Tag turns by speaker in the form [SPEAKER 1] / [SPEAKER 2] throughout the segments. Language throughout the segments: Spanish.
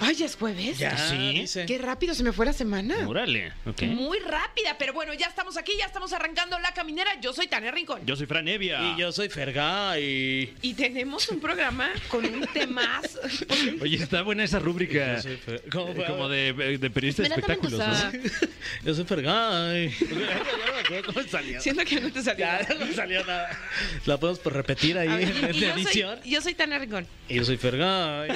[SPEAKER 1] Ay, ya es jueves.
[SPEAKER 2] Ya, sí.
[SPEAKER 1] Qué rápido se me fue la semana.
[SPEAKER 2] Órale, ok.
[SPEAKER 1] Muy rápida, pero bueno, ya estamos aquí, ya estamos arrancando la caminera. Yo soy Tania Rincón.
[SPEAKER 2] Yo soy Fran Evia.
[SPEAKER 3] Y yo soy Ferga y...
[SPEAKER 1] Y tenemos un programa con un temazo.
[SPEAKER 2] Oye, está buena esa rúbrica.
[SPEAKER 3] Yo soy Fer- ¿Cómo
[SPEAKER 2] eh,
[SPEAKER 3] fue?
[SPEAKER 2] Como de, de periodista de
[SPEAKER 1] Inmediatamente
[SPEAKER 2] espectáculos. ¿no?
[SPEAKER 3] Yo soy Fergay.
[SPEAKER 2] ¿Cómo salió?
[SPEAKER 1] Siento que no te salió.
[SPEAKER 3] Ya, no salió nada. La podemos pues, repetir ahí
[SPEAKER 1] A ver,
[SPEAKER 3] en
[SPEAKER 1] y- y
[SPEAKER 3] la
[SPEAKER 1] yo, soy,
[SPEAKER 3] edición.
[SPEAKER 1] yo soy Tania Rincón.
[SPEAKER 3] Y yo soy Fergay.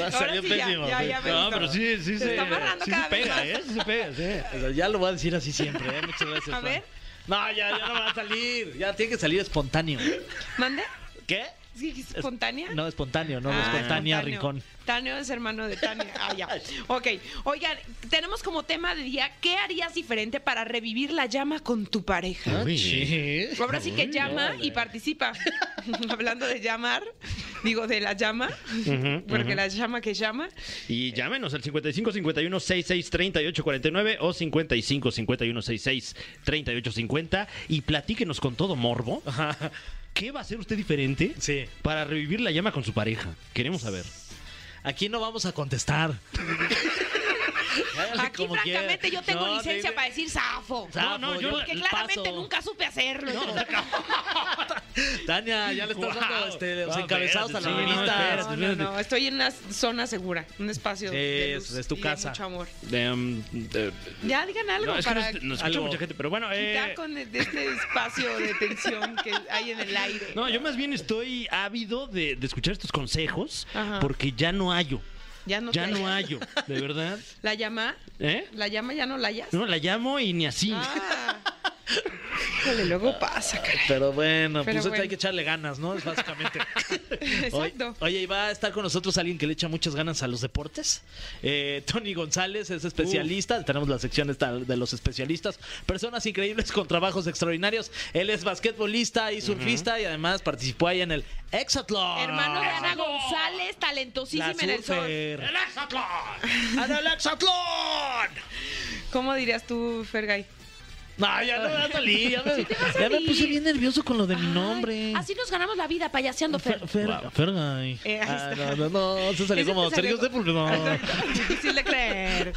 [SPEAKER 3] Va a
[SPEAKER 1] Ahora
[SPEAKER 3] salir
[SPEAKER 1] sí, ya,
[SPEAKER 3] pésimo.
[SPEAKER 1] ya, ya me
[SPEAKER 2] No,
[SPEAKER 1] gustó.
[SPEAKER 2] pero sí, sí
[SPEAKER 1] Se está amarrando
[SPEAKER 2] sí
[SPEAKER 1] cada
[SPEAKER 2] se
[SPEAKER 1] vez
[SPEAKER 2] pega,
[SPEAKER 1] más.
[SPEAKER 2] ¿eh? Sí se pega, sí.
[SPEAKER 3] O sea, ya lo voy a decir así siempre, ¿eh? Muchas gracias.
[SPEAKER 1] A
[SPEAKER 3] Fran.
[SPEAKER 1] ver.
[SPEAKER 3] No, ya, ya no va a salir. Ya tiene que salir espontáneo.
[SPEAKER 1] ¿Mande?
[SPEAKER 3] ¿Qué?
[SPEAKER 1] ¿Sí, ¿Es espontánea?
[SPEAKER 3] No, espontáneo, no,
[SPEAKER 1] Ah,
[SPEAKER 3] espontánea,
[SPEAKER 1] espontáneo.
[SPEAKER 3] rincón.
[SPEAKER 1] Tania es hermano de Tania. Ah, ya. Ok. Oigan, tenemos como tema de día, ¿qué harías diferente para revivir la llama con tu pareja?
[SPEAKER 2] Uy.
[SPEAKER 3] Ah, Sí.
[SPEAKER 1] Ahora sí que llama y participa. Hablando de llamar, digo de la llama, porque la llama que llama.
[SPEAKER 2] Y llámenos al 55 51 66 38 49 o 55 51 66 38 50 y platíquenos con todo morbo. ¿Qué va a hacer usted diferente
[SPEAKER 3] Sí.
[SPEAKER 2] para revivir la llama con su pareja? Queremos saber.
[SPEAKER 3] Aquí no vamos a contestar. Hágale
[SPEAKER 1] Aquí,
[SPEAKER 3] como
[SPEAKER 1] francamente,
[SPEAKER 3] quiera.
[SPEAKER 1] yo tengo
[SPEAKER 3] No,
[SPEAKER 1] licencia
[SPEAKER 3] dime.
[SPEAKER 1] para decir zafo.
[SPEAKER 2] No,
[SPEAKER 3] Zafo,
[SPEAKER 2] no, yo-
[SPEAKER 1] Porque
[SPEAKER 3] el
[SPEAKER 1] claramente
[SPEAKER 3] paso.
[SPEAKER 1] nunca supe hacerlo.
[SPEAKER 3] Tania, ya le estás dando
[SPEAKER 2] Guau.
[SPEAKER 3] este, los
[SPEAKER 2] No,
[SPEAKER 3] encabezados a
[SPEAKER 2] espérate,
[SPEAKER 3] la
[SPEAKER 2] sí, no,
[SPEAKER 3] revista.
[SPEAKER 2] espérate.
[SPEAKER 1] No, no, no, estoy en una zona segura, un espacio. de
[SPEAKER 3] Es-
[SPEAKER 1] luz
[SPEAKER 3] es tu
[SPEAKER 1] y de
[SPEAKER 3] casa.
[SPEAKER 1] mucho amor.
[SPEAKER 2] Em, eh,
[SPEAKER 1] Ya digan algo
[SPEAKER 2] no, es que
[SPEAKER 1] para
[SPEAKER 2] nos, nos escucha
[SPEAKER 3] algo.
[SPEAKER 2] mucha gente, pero bueno.
[SPEAKER 1] quitar
[SPEAKER 2] Eh,
[SPEAKER 1] con de este espacio de tensión que hay en el aire.
[SPEAKER 2] No, yo más bien estoy ávido de, de escuchar estos consejos
[SPEAKER 1] Ajá.
[SPEAKER 2] porque ya no hallo.
[SPEAKER 1] ya no,
[SPEAKER 2] Ya
[SPEAKER 1] te-
[SPEAKER 2] no hallo, de verdad.
[SPEAKER 1] La llama,
[SPEAKER 2] ¿Eh?
[SPEAKER 1] la llama ya no la hallas.
[SPEAKER 2] No, la llamo y ni así.
[SPEAKER 1] Ah. Híjole, luego pasa, caray.
[SPEAKER 3] Pero
[SPEAKER 1] Pero
[SPEAKER 3] bueno, pues ahorita
[SPEAKER 1] bueno.
[SPEAKER 3] hay que echarle ganas, ¿no? Es Básicamente. Hoy-
[SPEAKER 1] Exacto.
[SPEAKER 3] Oye, y va a estar con nosotros alguien que le echa muchas ganas a los deportes. Eh, Tony González es especialista. Tenemos la sección esta de los especialistas. Personas increíbles con trabajos extraordinarios. Él es basquetbolista y surfista y además participó ahí en el Exatlón.
[SPEAKER 1] Hermano
[SPEAKER 3] Ah.
[SPEAKER 1] de Ana González, talentosísima
[SPEAKER 3] La
[SPEAKER 1] en el sol.
[SPEAKER 3] surfer.
[SPEAKER 2] ¡Ana Laxatlón!
[SPEAKER 1] ¿Cómo dirías tú, Fergay?
[SPEAKER 3] No, ya no va a salir. Ya me,
[SPEAKER 1] va a
[SPEAKER 3] ya me
[SPEAKER 1] salir.
[SPEAKER 3] puse bien nervioso con lo de mi nombre.
[SPEAKER 1] Ay, Así nos ganamos la vida payaseando, Fer.
[SPEAKER 3] Fer, Fer-
[SPEAKER 2] Wow.
[SPEAKER 3] Fergay.
[SPEAKER 1] Eh, ahí
[SPEAKER 3] Ah,
[SPEAKER 1] está.
[SPEAKER 3] no, no, no, se salió
[SPEAKER 1] Ese
[SPEAKER 3] como
[SPEAKER 1] te salió-
[SPEAKER 3] Sergio Sepúlveda.
[SPEAKER 1] Exacto, Difícil de creer.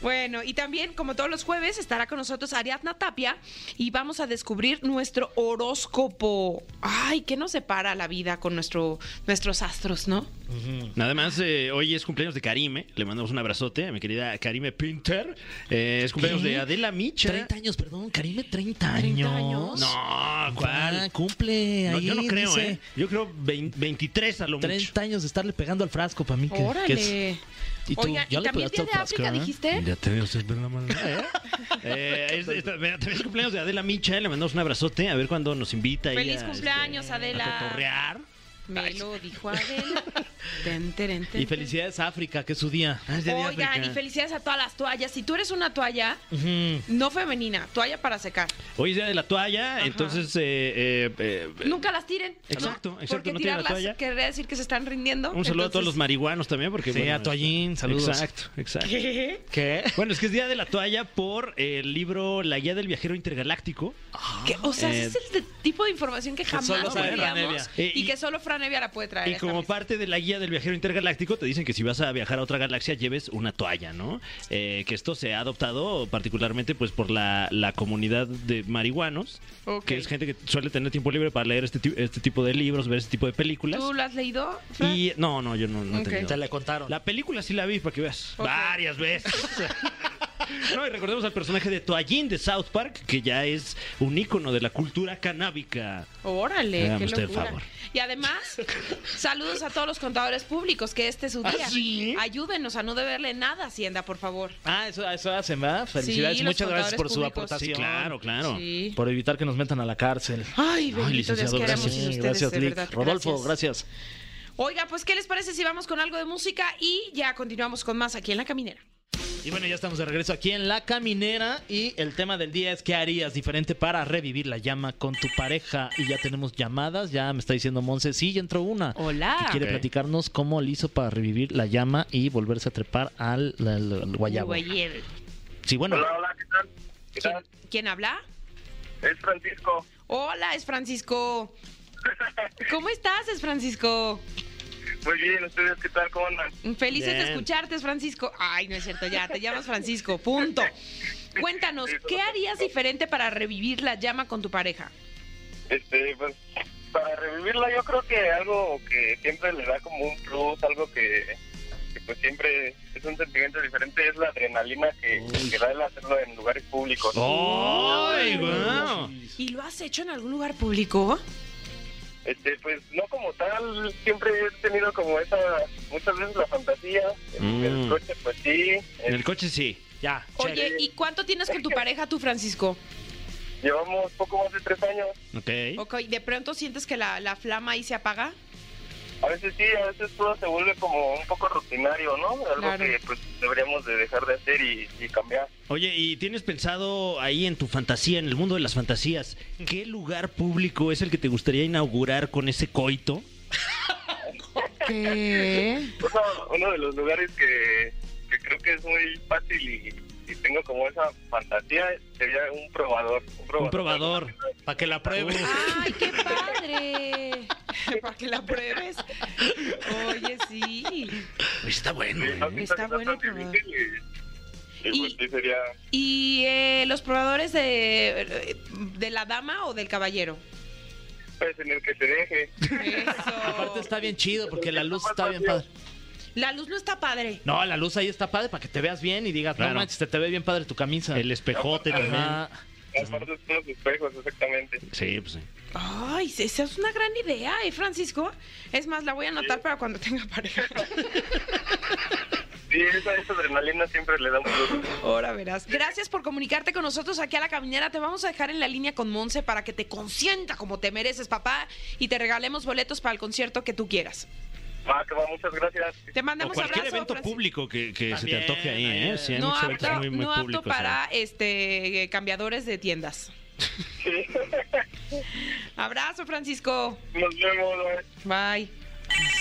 [SPEAKER 1] Bueno, y también, como todos los jueves, estará con nosotros Ariadna Tapia y vamos a descubrir nuestro horóscopo. Ay, ¿qué nos separa la vida con nuestro, nuestros astros, no?
[SPEAKER 2] Nada más, eh, hoy es cumpleaños de Karime. Le mandamos un abrazote a mi querida Karime Pinter. Eh, es cumpleaños
[SPEAKER 3] ¿Qué?
[SPEAKER 2] de Adela Micha.
[SPEAKER 3] 30 años, perdón, Karime, 30
[SPEAKER 1] ¿30
[SPEAKER 3] años.
[SPEAKER 1] años?
[SPEAKER 2] No,
[SPEAKER 3] Ah,
[SPEAKER 2] ¿cuál?
[SPEAKER 3] cumple.
[SPEAKER 2] No,
[SPEAKER 3] ahí,
[SPEAKER 2] yo no creo,
[SPEAKER 3] dice,
[SPEAKER 2] ¿eh? Yo creo vein- 23 a lo
[SPEAKER 3] 30 años de estarle pegando al frasco para mí. que- que es-
[SPEAKER 1] Órale.
[SPEAKER 3] ¿Y tú?
[SPEAKER 1] Oiga,
[SPEAKER 3] ¿Ya
[SPEAKER 1] y
[SPEAKER 3] le
[SPEAKER 1] también
[SPEAKER 3] pegaste
[SPEAKER 1] Día
[SPEAKER 3] al
[SPEAKER 1] de
[SPEAKER 3] frasco,
[SPEAKER 1] África,
[SPEAKER 3] eh?
[SPEAKER 1] dijiste.
[SPEAKER 2] mucho. Ya te veo siempre la maldad. ¿eh? Eh, es- es- también es cumpleaños de Adela Micha. Le mandamos un abrazote. A ver cuándo nos invita. ahí
[SPEAKER 1] Feliz
[SPEAKER 2] a,
[SPEAKER 1] cumpleaños,
[SPEAKER 2] este,
[SPEAKER 1] Adela.
[SPEAKER 2] A cotorrear.
[SPEAKER 1] Me
[SPEAKER 2] Ay.
[SPEAKER 1] lo dijo Adela. Ten, teren, ten,
[SPEAKER 3] Y felicidades a África, que es su día.
[SPEAKER 1] Ah, Oigan, y felicidades a todas las toallas. Si tú eres una toalla,
[SPEAKER 3] Ujú.
[SPEAKER 1] no femenina, toalla para secar.
[SPEAKER 2] Hoy es día de la toalla.
[SPEAKER 1] Ajá.
[SPEAKER 2] Entonces, eh, eh, eh, eh,
[SPEAKER 1] Nunca las tiren.
[SPEAKER 2] Exacto,
[SPEAKER 1] ¿no?
[SPEAKER 2] exacto,
[SPEAKER 1] Porque
[SPEAKER 2] no tiren la
[SPEAKER 1] tirarlas
[SPEAKER 2] toalla.
[SPEAKER 1] querría decir que se están rindiendo.
[SPEAKER 2] un saludo a todos los
[SPEAKER 1] entonces-
[SPEAKER 2] marihuanos también. Porque,
[SPEAKER 3] Sí, a Toallín, saludos.
[SPEAKER 2] Exacto, exacto.
[SPEAKER 1] ¿Qué?
[SPEAKER 3] ¿Qué?
[SPEAKER 2] Bueno, es que es Día de la Toalla por el libro La Guía del Viajero Intergaláctico.
[SPEAKER 1] ¿Qué? O sea,
[SPEAKER 2] Eh,
[SPEAKER 1] ese es el de- tipo de información que jamás
[SPEAKER 3] solo sabe Fran
[SPEAKER 1] sabíamos
[SPEAKER 2] Evia. Eh,
[SPEAKER 1] y,
[SPEAKER 2] y-
[SPEAKER 1] que solo Fran Evia la puede traer.
[SPEAKER 2] Y
[SPEAKER 1] a esta
[SPEAKER 2] como
[SPEAKER 1] mesa.
[SPEAKER 2] parte de la guía del viajero intergaláctico, te dicen que si vas a viajar a otra galaxia, lleves una toalla, ¿no? Eh, que esto se ha adoptado particularmente pues por la, la comunidad de marihuanos,
[SPEAKER 1] Ok.
[SPEAKER 2] que es gente que suele tener tiempo libre para leer este, ti- este tipo de libros, ver este tipo de películas.
[SPEAKER 1] ¿Tú lo has leído, Fran?
[SPEAKER 2] Y no, no, yo no, no he
[SPEAKER 1] Ok.
[SPEAKER 2] tenido.
[SPEAKER 3] Te la contaron.
[SPEAKER 2] La película sí la vi, para que veas.
[SPEAKER 1] Ok.
[SPEAKER 2] Varias veces. No, y recordemos al personaje de Toallín de South Park, que ya es un ícono de la cultura canábica.
[SPEAKER 1] Órale,
[SPEAKER 2] Hágame
[SPEAKER 1] qué
[SPEAKER 2] usted
[SPEAKER 1] locura.
[SPEAKER 2] el favor.
[SPEAKER 1] Y además, saludos a todos los contadores públicos, que este es su
[SPEAKER 2] ¿Ah,
[SPEAKER 1] día.
[SPEAKER 2] sí?
[SPEAKER 1] Ayúdenos a no deberle nada a Hacienda, por favor.
[SPEAKER 3] Ah, eso, eso hacen, ¿verdad? Felicidades.
[SPEAKER 1] Sí, los
[SPEAKER 3] Muchas gracias por su
[SPEAKER 1] contadores públicos.
[SPEAKER 3] aportación.
[SPEAKER 2] Sí, claro, claro.
[SPEAKER 1] Sí.
[SPEAKER 3] Por evitar que nos metan a la cárcel.
[SPEAKER 1] Ay, bendito Dios,
[SPEAKER 2] licenciado,
[SPEAKER 1] que éramos
[SPEAKER 3] gracias.
[SPEAKER 1] sin ustedes,
[SPEAKER 3] gracias,
[SPEAKER 1] de
[SPEAKER 3] Lick.
[SPEAKER 1] verdad,
[SPEAKER 3] Rodolfo,
[SPEAKER 1] gracias.
[SPEAKER 3] gracias.
[SPEAKER 1] Oiga, pues, ¿qué les parece si vamos con algo de música y ya continuamos con más aquí en La Caminera?
[SPEAKER 3] Y bueno, ya estamos de regreso aquí en La Caminera y el tema del día es qué harías diferente para revivir la llama con tu pareja. Y ya tenemos llamadas, ya me está diciendo Monse, sí, ya entró una.
[SPEAKER 1] Hola.
[SPEAKER 3] Que quiere
[SPEAKER 2] Ok.
[SPEAKER 3] platicarnos cómo le hizo para revivir la llama y volverse a trepar al, al- al guayabo.
[SPEAKER 1] Guayel.
[SPEAKER 3] Sí, bueno,
[SPEAKER 4] Hola, hola, ¿qué tal? ¿Qué
[SPEAKER 1] ¿Quién,
[SPEAKER 4] tal?
[SPEAKER 1] quién habla?
[SPEAKER 4] Es Francisco.
[SPEAKER 1] Hola, es Francisco. ¿Cómo estás, es Francisco?
[SPEAKER 4] Muy bien, ¿ustedes qué tal? ¿Cómo andan?
[SPEAKER 1] Felices
[SPEAKER 2] Bien.
[SPEAKER 1] de escucharte, es Francisco. Ay, no es cierto, ya te llamas Francisco, punto. Cuéntanos, ¿qué harías diferente para revivir la llama con tu pareja?
[SPEAKER 4] Este, pues, para revivirla yo creo que algo que siempre le da como un plus, algo que, que, pues siempre es un sentimiento diferente, es la adrenalina que, que da el hacerlo en lugares públicos.
[SPEAKER 2] ¡Ay, guau!
[SPEAKER 1] ¿Y lo has hecho en algún lugar público?
[SPEAKER 4] Este, pues no como tal, siempre he tenido como esa, muchas veces la fantasía,
[SPEAKER 2] Mm.
[SPEAKER 4] en el coche pues sí,
[SPEAKER 2] En
[SPEAKER 4] eh,
[SPEAKER 2] el coche sí. Ya.
[SPEAKER 1] Oye, ¿y cuánto tienes con tu pareja tú, Francisco?
[SPEAKER 4] llevamos poco más de tres años.
[SPEAKER 2] check. Ok.
[SPEAKER 1] Ok, ¿de pronto sientes que la, la flama ahí se apaga?
[SPEAKER 4] A veces sí, a veces todo se vuelve como un poco rutinario, ¿no? Algo
[SPEAKER 1] Claro.
[SPEAKER 4] que pues deberíamos de dejar de hacer y, y cambiar.
[SPEAKER 2] Oye, ¿y tienes pensado ahí en tu fantasía, en el mundo de las fantasías, qué lugar público es el que te gustaría inaugurar con ese coito?
[SPEAKER 1] ¿Qué?
[SPEAKER 4] Uno, uno de los lugares que, que creo que es muy fácil y, y tengo como esa fantasía sería un probador. Un probador.
[SPEAKER 2] Un probador.
[SPEAKER 3] para que la pruebe.
[SPEAKER 1] ¡Ay, qué padre! Para que la pruebes. Oye, sí.
[SPEAKER 2] Está bueno.
[SPEAKER 4] Sí, no,
[SPEAKER 2] ¿eh?
[SPEAKER 4] sí,
[SPEAKER 1] Está bueno el
[SPEAKER 4] bastante
[SPEAKER 1] probador.
[SPEAKER 4] difícil Y, y, pues,
[SPEAKER 1] Y-
[SPEAKER 4] sí sería...
[SPEAKER 1] ¿Y eh, los probadores de, de la dama o del caballero?
[SPEAKER 4] Pues en el que se deje.
[SPEAKER 1] Eso.
[SPEAKER 3] Aparte está bien chido porque la luz está bien padre.
[SPEAKER 1] La luz no está padre.
[SPEAKER 3] No, la luz ahí está padre para que te veas bien y digas,
[SPEAKER 2] Claro.
[SPEAKER 3] no manches, te, te ve bien padre tu camisa.
[SPEAKER 2] El espejote también.
[SPEAKER 3] Ajá.
[SPEAKER 4] Aparte son los espejos, exactamente.
[SPEAKER 2] Sí, pues sí.
[SPEAKER 1] Ay, esa es una gran idea, ¿eh, Francisco? Es más, la voy a anotar para cuando tenga pareja.
[SPEAKER 4] Sí, esa, esa adrenalina siempre le da un plus.
[SPEAKER 1] Ahora verás. Gracias por comunicarte con nosotros aquí a la caminera. Te vamos a dejar en la línea con Monse para que te consienta como te mereces, papá, y te regalemos boletos para el concierto que tú quieras.
[SPEAKER 4] Va, que va, Ah, muchas gracias.
[SPEAKER 1] Te
[SPEAKER 2] O
[SPEAKER 1] mandamos
[SPEAKER 2] cualquier
[SPEAKER 1] abrazo,
[SPEAKER 2] evento
[SPEAKER 1] Francisco.
[SPEAKER 2] público que, que se te
[SPEAKER 3] También,
[SPEAKER 2] antoje ahí, ¿eh?
[SPEAKER 3] también.
[SPEAKER 2] Sí, hay
[SPEAKER 1] No
[SPEAKER 2] muchos
[SPEAKER 1] apto,
[SPEAKER 2] eventos muy, muy
[SPEAKER 1] no apto
[SPEAKER 2] públicos.
[SPEAKER 1] para este cambiadores de tiendas.
[SPEAKER 4] Sí.
[SPEAKER 1] Abrazo, Francisco.
[SPEAKER 4] Nos vemos. bye.
[SPEAKER 1] Bye.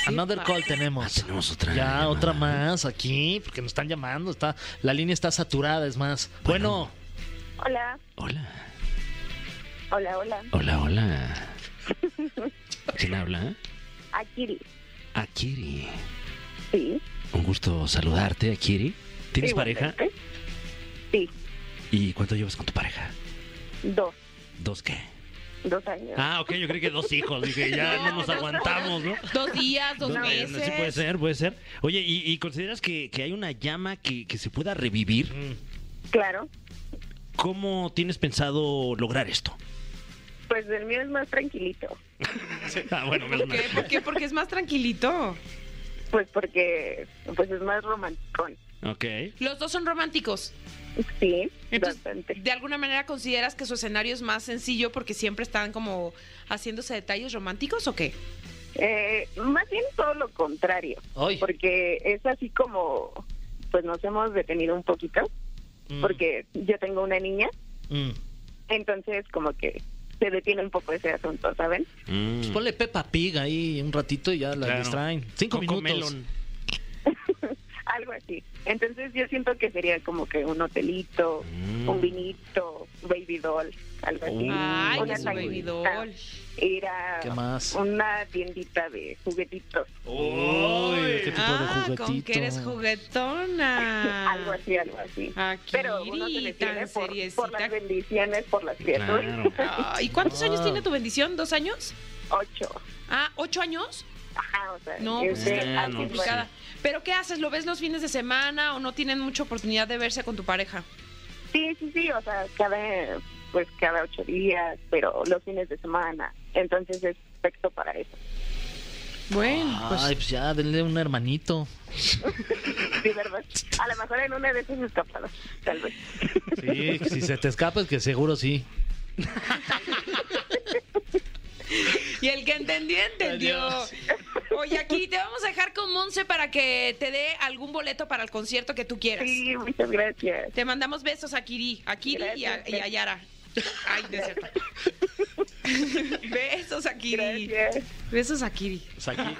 [SPEAKER 3] Another
[SPEAKER 1] Sí,
[SPEAKER 3] call tenemos.
[SPEAKER 2] Ah, tenemos otra
[SPEAKER 3] Ya,
[SPEAKER 2] llamada.
[SPEAKER 3] otra más aquí, porque nos están llamando. Está, la línea está saturada, es más. Bueno,
[SPEAKER 5] Hola,
[SPEAKER 2] Hola,
[SPEAKER 5] hola, hola.
[SPEAKER 2] hola, hola. ¿Quién habla?
[SPEAKER 5] Aquí,
[SPEAKER 2] Akiri.
[SPEAKER 5] sí.
[SPEAKER 2] Un gusto saludarte, Akiri. ¿Tienes pareja?
[SPEAKER 5] igualmente. Sí,
[SPEAKER 2] ¿Y cuánto llevas con tu pareja?
[SPEAKER 5] dos,
[SPEAKER 2] ¿Dos qué?
[SPEAKER 5] dos años.
[SPEAKER 2] Ah, ok, yo creí que dos hijos. Dije, ya no nos aguantamos, ¿no?
[SPEAKER 1] Dos días, dos
[SPEAKER 2] No,
[SPEAKER 1] meses.
[SPEAKER 2] Sí, puede ser, puede ser. Oye, ¿y, y consideras que, que hay una llama que, que se pueda revivir?
[SPEAKER 5] Claro,
[SPEAKER 2] ¿Cómo tienes pensado lograr esto?
[SPEAKER 5] pues el mío es más tranquilito,
[SPEAKER 2] Ah, bueno,
[SPEAKER 1] ¿Por qué? ¿Por qué? Porque es más tranquilito.
[SPEAKER 5] pues porque pues es más romántico.
[SPEAKER 2] Ok.
[SPEAKER 1] Los dos son románticos.
[SPEAKER 5] Sí,
[SPEAKER 1] Entonces,
[SPEAKER 5] bastante.
[SPEAKER 1] de alguna manera consideras que su escenario es más sencillo porque siempre están como haciéndose detalles románticos o qué?
[SPEAKER 5] Eh, más bien todo lo contrario,
[SPEAKER 3] hoy.
[SPEAKER 5] porque es así como pues nos hemos detenido un poquito,
[SPEAKER 3] Mm,
[SPEAKER 5] porque yo tengo una niña,
[SPEAKER 3] mm.
[SPEAKER 5] entonces como que se detiene un poco ese asunto, ¿saben?
[SPEAKER 3] Pues
[SPEAKER 2] Mm.
[SPEAKER 3] ponle Peppa Pig ahí un ratito y ya la
[SPEAKER 2] Claro.
[SPEAKER 3] distraen. Cinco
[SPEAKER 2] Coco
[SPEAKER 3] minutos.
[SPEAKER 2] Melon.
[SPEAKER 5] Algo así. Entonces yo siento que sería como que un hotelito,
[SPEAKER 2] Mm.
[SPEAKER 5] un vinito, baby doll, algo así.
[SPEAKER 2] Uh,
[SPEAKER 1] Ay,
[SPEAKER 5] Una
[SPEAKER 1] que su baby
[SPEAKER 5] taquita,
[SPEAKER 1] doll.
[SPEAKER 5] Ir a
[SPEAKER 3] ¿Qué más?
[SPEAKER 5] una tiendita de juguetitos,
[SPEAKER 3] Uy, ¿qué tipo de
[SPEAKER 1] Ah,
[SPEAKER 3] juguetito?
[SPEAKER 1] con que eres juguetona.
[SPEAKER 5] algo así, algo así.
[SPEAKER 1] Aquí,
[SPEAKER 5] Pero uno se detiene
[SPEAKER 1] tan
[SPEAKER 5] por, por
[SPEAKER 1] Ah, seriecita.
[SPEAKER 5] las bendiciones, por las criaturas.
[SPEAKER 2] Claro.
[SPEAKER 1] Ah, ¿Y cuántos años
[SPEAKER 3] Ah.
[SPEAKER 1] tiene tu bendición? ¿Dos años?
[SPEAKER 5] Ocho.
[SPEAKER 1] Ah, ¿ocho años?
[SPEAKER 5] Ajá, o sea,
[SPEAKER 1] No,
[SPEAKER 5] es
[SPEAKER 1] pues,
[SPEAKER 5] de
[SPEAKER 2] ah, no,
[SPEAKER 5] alguien
[SPEAKER 2] pues, sí.
[SPEAKER 5] nuevo.
[SPEAKER 1] Cada- ¿Pero qué haces? ¿Lo ves los fines de semana o no tienen mucha oportunidad de verse con tu pareja?
[SPEAKER 5] sí, sí, sí, o sea, cada, pues cada ocho días, pero los fines de semana. Entonces es perfecto para eso.
[SPEAKER 1] Bueno, pues...
[SPEAKER 3] Ay, pues ya, denle un hermanito.
[SPEAKER 5] Sí, ¿verdad? A lo mejor en una de esas escapadas, tal vez.
[SPEAKER 3] Sí, si se te escapa es que seguro sí.
[SPEAKER 6] Y el que entendió, entendió.
[SPEAKER 3] Adiós.
[SPEAKER 6] Oye, aquí te vamos a dejar con Monse para que te dé algún boleto para el concierto que tú quieras.
[SPEAKER 5] Sí, muchas gracias.
[SPEAKER 6] Te mandamos besos a Kiri, a Kiri y a,
[SPEAKER 5] Gracias.
[SPEAKER 6] y a Yara. Ay, de cierto. besos a Kiri.
[SPEAKER 5] Gracias.
[SPEAKER 6] Besos a Kiri.
[SPEAKER 2] Pues
[SPEAKER 3] Shakira.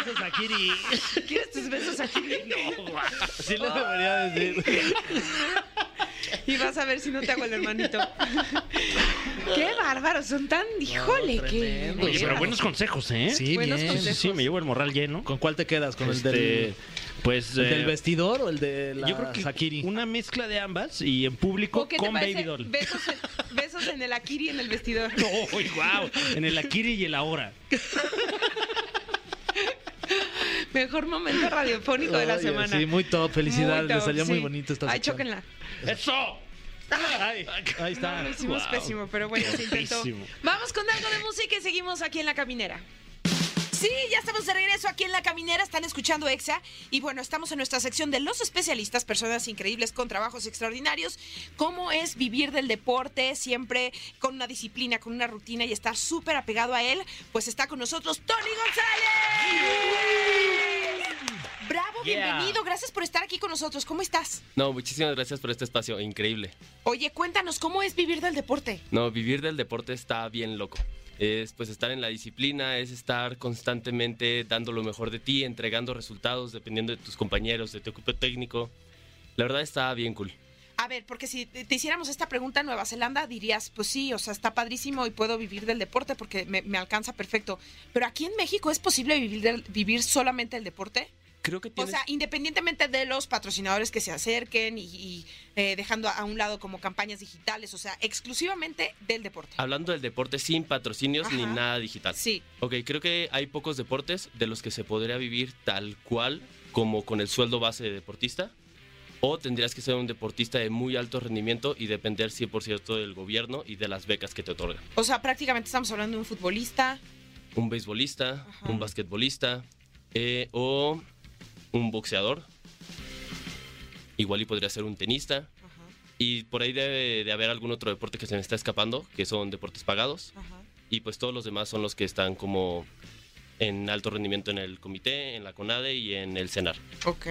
[SPEAKER 3] Esa es Shakiri.
[SPEAKER 6] ¿Quieres tus besos a Kiri?
[SPEAKER 3] Sí les debería decir.
[SPEAKER 6] Y vas a ver si no te hago el hermanito. Qué bárbaros, son tan. Híjole, qué.
[SPEAKER 3] tremendo.
[SPEAKER 2] Oye, pero buenos consejos, ¿eh?
[SPEAKER 3] Sí,
[SPEAKER 6] Buenos
[SPEAKER 3] bien.
[SPEAKER 2] Sí, sí, sí, me llevo el morral lleno.
[SPEAKER 3] ¿Con cuál te quedas? ¿Con
[SPEAKER 2] Este,
[SPEAKER 3] el del,
[SPEAKER 2] pues
[SPEAKER 3] el del
[SPEAKER 2] eh,
[SPEAKER 3] vestidor o el de la
[SPEAKER 2] yo creo que
[SPEAKER 3] Shakiri?
[SPEAKER 2] una mezcla de ambas y en público
[SPEAKER 6] ¿O qué te
[SPEAKER 2] con Baby
[SPEAKER 6] parece?
[SPEAKER 2] Doll.
[SPEAKER 6] Besos en, besos en el Akiri en el vestidor.
[SPEAKER 2] ¡Uy, wow! En el Akiri y el ahora.
[SPEAKER 6] Mejor momento radiofónico de la
[SPEAKER 3] Oye,
[SPEAKER 6] semana.
[SPEAKER 3] Sí, muy top. Felicidades.
[SPEAKER 6] Muy
[SPEAKER 3] Le
[SPEAKER 6] top,
[SPEAKER 3] salió muy
[SPEAKER 6] sí.
[SPEAKER 3] bonito esta
[SPEAKER 6] Ay,
[SPEAKER 3] sección.
[SPEAKER 6] chóquenla.
[SPEAKER 2] ¡Eso!
[SPEAKER 3] Ay, ahí está.
[SPEAKER 6] No, lo hicimos
[SPEAKER 2] Wow.
[SPEAKER 6] pésimo, pero bueno, se intentó.
[SPEAKER 2] Pésimo.
[SPEAKER 6] Vamos con algo de música y seguimos aquí en La Caminera.
[SPEAKER 1] Sí, ya estamos de regreso aquí en La Caminera, están escuchando EXA y bueno, estamos en nuestra sección de los especialistas, personas increíbles con trabajos extraordinarios, cómo es vivir del deporte siempre con una disciplina, con una rutina y estar súper apegado a él, pues está con nosotros Tony González. Bravo,
[SPEAKER 2] Yeah.
[SPEAKER 1] bienvenido, gracias por estar aquí con nosotros, ¿cómo estás?
[SPEAKER 7] No, muchísimas gracias por este espacio, increíble.
[SPEAKER 1] Oye, cuéntanos, ¿cómo es vivir del deporte?
[SPEAKER 7] No, vivir del deporte está bien loco. Es pues estar en la disciplina, es estar constantemente dando lo mejor de ti, entregando resultados dependiendo de tus compañeros, de tu equipo técnico. La verdad está bien cool.
[SPEAKER 1] A ver, porque si te te hiciéramos esta pregunta en Nueva Zelanda, dirías, pues sí, o sea, está padrísimo y puedo vivir del deporte porque me, me alcanza perfecto. Pero aquí en México, ¿es posible vivir, del- vivir solamente el deporte?
[SPEAKER 7] Creo que
[SPEAKER 1] O
[SPEAKER 7] tienes...
[SPEAKER 1] sea, independientemente de los patrocinadores que se acerquen y, y, eh, dejando a un lado como campañas digitales, o sea, exclusivamente del deporte.
[SPEAKER 7] Hablando del deporte sin patrocinios ni
[SPEAKER 1] Ajá.
[SPEAKER 7] nada digital.
[SPEAKER 1] Sí,
[SPEAKER 7] Ok, creo que hay pocos deportes de los que se podría vivir tal cual como con el sueldo base de deportista. O tendrías que ser un deportista de muy alto rendimiento y depender 100% del gobierno y de las becas que te otorgan.
[SPEAKER 1] o sea, prácticamente estamos hablando de un futbolista.
[SPEAKER 7] un beisbolista,
[SPEAKER 1] Ajá.
[SPEAKER 7] un basquetbolista eh, o un boxeador. Igual y podría ser un tenista.
[SPEAKER 1] Ajá,
[SPEAKER 7] Y por ahí debe de haber algún otro deporte que se me está escapando, que son deportes pagados.
[SPEAKER 1] ajá.
[SPEAKER 7] Y pues todos los demás son los que están como en alto rendimiento en el comité, en la CONADE y en el CENAR.
[SPEAKER 1] Ok.